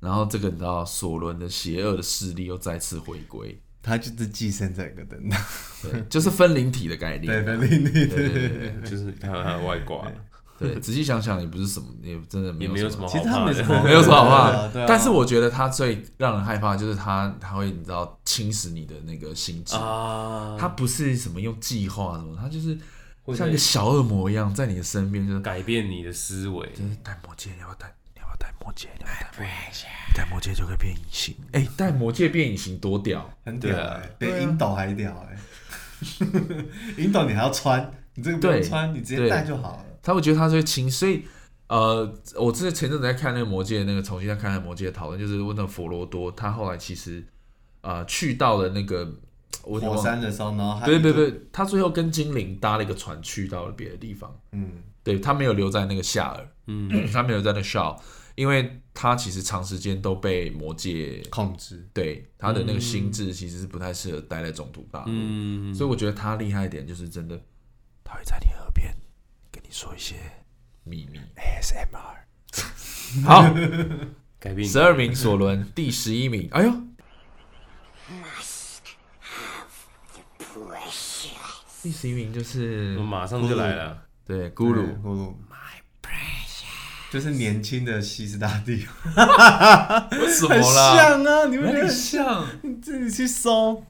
[SPEAKER 2] 然后这个你知道索伦的邪恶的势力又再次回归，
[SPEAKER 1] 他就是寄生在一个灯塔，
[SPEAKER 2] 对，就是分灵体的概
[SPEAKER 1] 对，
[SPEAKER 2] 念。
[SPEAKER 1] 分离你
[SPEAKER 2] 对对
[SPEAKER 1] 的。
[SPEAKER 2] 对
[SPEAKER 3] 就是看到他的外挂，
[SPEAKER 2] 对，仔细想想也不是什么，也真的没
[SPEAKER 3] 也
[SPEAKER 2] 有
[SPEAKER 3] 没有什么
[SPEAKER 1] 其
[SPEAKER 3] 好
[SPEAKER 1] 实他
[SPEAKER 3] 怕
[SPEAKER 1] 们也是
[SPEAKER 3] 的。
[SPEAKER 2] 没有什么好
[SPEAKER 1] 对啊对
[SPEAKER 2] 怕
[SPEAKER 1] 啊。
[SPEAKER 2] 但是我觉得他最让人害怕就是他他会你知道侵蚀你的那个心智，
[SPEAKER 3] 啊
[SPEAKER 2] 他不是什么用计划什么，他就是
[SPEAKER 3] 或者
[SPEAKER 2] 像一个小恶魔一样在你的身边，就是
[SPEAKER 3] 改变你的思维，
[SPEAKER 2] 就是戴魔戒，你要不要戴？你要不要戴魔戒？你要不要戴魔戒？戴魔戒就可以变隐形。哎、戴魔戒变隐形多屌！
[SPEAKER 1] 很屌
[SPEAKER 3] 对啊
[SPEAKER 1] 哎、欸，比引导还屌哎、欸！引导你还要穿，你这个不用
[SPEAKER 2] 对
[SPEAKER 1] 穿，你直接
[SPEAKER 2] 对
[SPEAKER 1] 戴就好了。
[SPEAKER 2] 他会觉得他最轻，所以呃，我之前前阵子在看那个魔戒，那个重新在看那个魔戒的讨论，就是问到佛罗多，他后来其实呃去到了那个我
[SPEAKER 1] 火山的时候，然后他
[SPEAKER 2] 对对
[SPEAKER 1] 一
[SPEAKER 2] 对，他最后跟精灵搭了一个船去到了别的地方，
[SPEAKER 1] 嗯，
[SPEAKER 2] 对他没有留在那个夏尔，
[SPEAKER 3] 嗯，
[SPEAKER 2] 他没有在那夏尔，因为他其实长时间都被魔戒
[SPEAKER 1] 控制
[SPEAKER 2] 对他的那个心智其实是不太适合待在中途大陆，
[SPEAKER 3] 嗯，
[SPEAKER 2] 所以我觉得他厉害一点就是真的，他会在你耳边跟你说一些秘密 ASMR。好，
[SPEAKER 3] 改变你
[SPEAKER 2] 十二名索伦，第十一名，哎呦，第十一名就是
[SPEAKER 3] 我马上就来了。
[SPEAKER 2] 对咕
[SPEAKER 1] 对
[SPEAKER 2] 噜，
[SPEAKER 1] 咕噜。就是年轻的西斯大帝，
[SPEAKER 2] 什
[SPEAKER 1] 很
[SPEAKER 2] 么啦？
[SPEAKER 1] 像啊！你们觉得
[SPEAKER 2] 哪里
[SPEAKER 1] 很像？
[SPEAKER 2] 像？
[SPEAKER 1] 你自己去搜，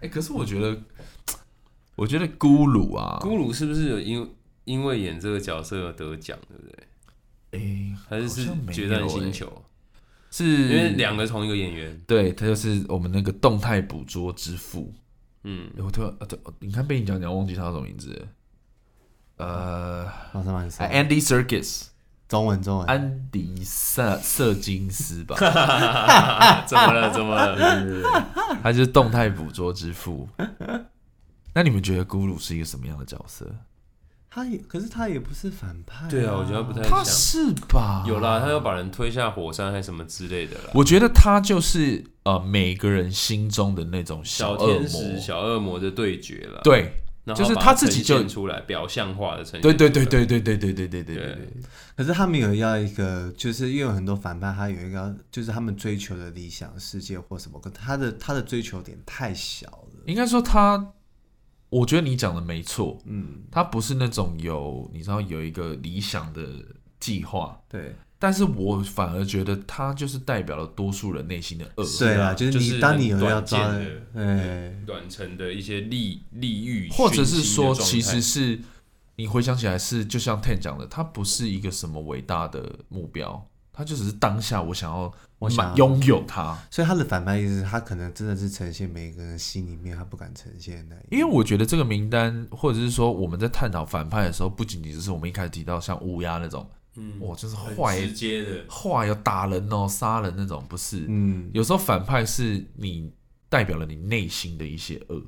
[SPEAKER 2] 哎，可是我觉得，我觉得咕噜啊，
[SPEAKER 3] 咕噜是不是有因因为演这个角色而得奖，对不对？
[SPEAKER 2] 哎，
[SPEAKER 3] 还是是
[SPEAKER 2] 好像没有
[SPEAKER 3] 决战星
[SPEAKER 2] 哎
[SPEAKER 3] 球？
[SPEAKER 2] 是
[SPEAKER 3] 因为两个同一个演员，
[SPEAKER 2] 对，他就是我们那个动态捕捉之父。
[SPEAKER 3] 嗯，
[SPEAKER 2] 欸我突然，啊对，你看被你讲讲，忘记他叫什么名字了。呃、
[SPEAKER 1] 马上帮你搜。
[SPEAKER 2] 啊 a n d y Circus，
[SPEAKER 1] 中文中文，
[SPEAKER 2] 安迪瑟瑟金斯吧，
[SPEAKER 3] 怎么了？怎么了？
[SPEAKER 2] 他就是动态捕捉之父。那你们觉得咕噜是一个什么样的角色？
[SPEAKER 1] 他也可是他也不是反派。
[SPEAKER 3] 对啊，我觉得他不太
[SPEAKER 2] 他
[SPEAKER 3] 像。
[SPEAKER 2] 是吧？
[SPEAKER 3] 有啦，他要把人推下火山还是什么之类的啦。
[SPEAKER 2] 我觉得他就是呃每个人心中的那种
[SPEAKER 3] 小
[SPEAKER 2] 恶
[SPEAKER 3] 天使、
[SPEAKER 2] 魔，
[SPEAKER 3] 小恶魔的对决啦。
[SPEAKER 2] 对，
[SPEAKER 3] 然后
[SPEAKER 2] 就是
[SPEAKER 3] 把
[SPEAKER 2] 他
[SPEAKER 3] 它
[SPEAKER 2] 自己
[SPEAKER 3] 呈
[SPEAKER 2] 就
[SPEAKER 3] 现出来表象化的呈现。
[SPEAKER 2] 对对对对对对对对对对对
[SPEAKER 3] 对
[SPEAKER 1] 可是他们有要一个，就是因为有很多反派，他有一个就是他们追求的理想世界或什么，可他的他的追求点太小了。
[SPEAKER 2] 应该说他，我觉得你讲的没错，
[SPEAKER 1] 嗯，
[SPEAKER 2] 他不是那种有你知道有一个理想的计划，
[SPEAKER 1] 对，
[SPEAKER 2] 但是我反而觉得他就是代表了多数人内心的恶，
[SPEAKER 1] 对
[SPEAKER 3] 啊
[SPEAKER 1] 啊，就是
[SPEAKER 3] 就
[SPEAKER 1] 你
[SPEAKER 3] 是
[SPEAKER 1] 当
[SPEAKER 3] 很
[SPEAKER 1] 你有
[SPEAKER 3] 短
[SPEAKER 1] 要抓
[SPEAKER 3] 见
[SPEAKER 1] 的
[SPEAKER 3] 的，
[SPEAKER 1] 哎，
[SPEAKER 3] 短程的一些利利欲，
[SPEAKER 2] 或者是
[SPEAKER 3] 讯息的
[SPEAKER 2] 说
[SPEAKER 3] 状态
[SPEAKER 2] 其实是你回想起来是就像 Ten 讲的，它不是一个什么伟大的目标，它就只是当下我想要
[SPEAKER 1] 我想
[SPEAKER 2] 满
[SPEAKER 1] 要
[SPEAKER 2] 拥有它。
[SPEAKER 1] 所以他的反派意思是他可能真的是呈现每个人心里面他不敢呈现的那一
[SPEAKER 2] 因
[SPEAKER 1] 面，
[SPEAKER 2] 为我觉得这个名单，或者是说我们在探讨反派的时候，不仅仅是我们一开始提到像乌鸦那种，
[SPEAKER 3] 嗯
[SPEAKER 2] 哇，就是
[SPEAKER 3] 很
[SPEAKER 2] 坏
[SPEAKER 3] 直接的，
[SPEAKER 2] 坏要打人哦、杀人那种，不是。
[SPEAKER 1] 嗯，
[SPEAKER 2] 有时候反派是你代表了你内心的一些恶，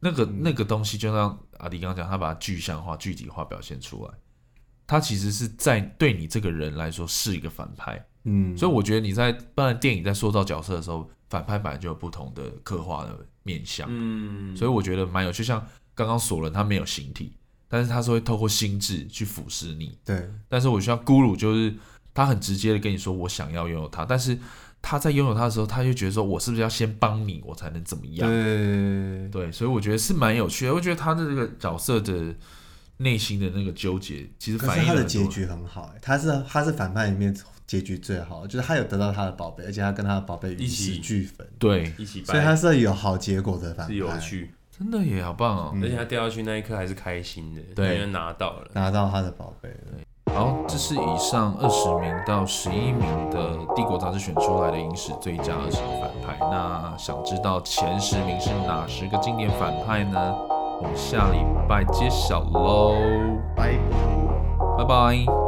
[SPEAKER 2] 那个、那个东西，就像阿迪刚刚讲，他把它具象化、具体化表现出来，他其实是在对你这个人来说是一个反派，
[SPEAKER 1] 嗯，
[SPEAKER 2] 所以我觉得你在当然电影在塑造角色的时候，反派本来就有不同的刻画的面相，
[SPEAKER 3] 嗯，
[SPEAKER 2] 所以我觉得蛮有，就像刚刚索伦他没有形体，但是他是会透过心智去腐蚀你，
[SPEAKER 1] 对，
[SPEAKER 2] 但是我需要咕噜，就是他很直接的跟你说我想要拥有它，但是他在拥有它的时候，他就觉得说我是不是要先帮你，我才能怎么样？
[SPEAKER 1] 对，
[SPEAKER 2] 对，所以我觉得是蛮有趣的。我觉得他的这个角色的内心的那个纠结，其实
[SPEAKER 1] 可
[SPEAKER 2] 反
[SPEAKER 1] 是
[SPEAKER 2] 映
[SPEAKER 1] 他
[SPEAKER 2] 了
[SPEAKER 1] 的
[SPEAKER 2] 很
[SPEAKER 1] 结
[SPEAKER 2] 多。
[SPEAKER 1] 局很好、欸，他是他是反派里面结局最好，就是他有得到他的宝贝，而且他跟他的宝贝
[SPEAKER 3] 一
[SPEAKER 1] 与
[SPEAKER 3] 起
[SPEAKER 1] 时俱焚，
[SPEAKER 2] 对，
[SPEAKER 3] 一起掰，
[SPEAKER 1] 所以他是有好结果的反派，
[SPEAKER 3] 是有趣，
[SPEAKER 2] 真的也好棒哦。
[SPEAKER 1] 嗯
[SPEAKER 3] 而且他掉下去那一刻还是开心的，
[SPEAKER 2] 对
[SPEAKER 3] 因为拿到了。
[SPEAKER 1] 拿到他的宝贝了。
[SPEAKER 2] 好，这是以上二十名到十一名的《帝国》杂志选出来的影史最佳二十个反派。那想知道前十名是哪十个经典反派呢？我们下礼拜揭晓喽，拜拜。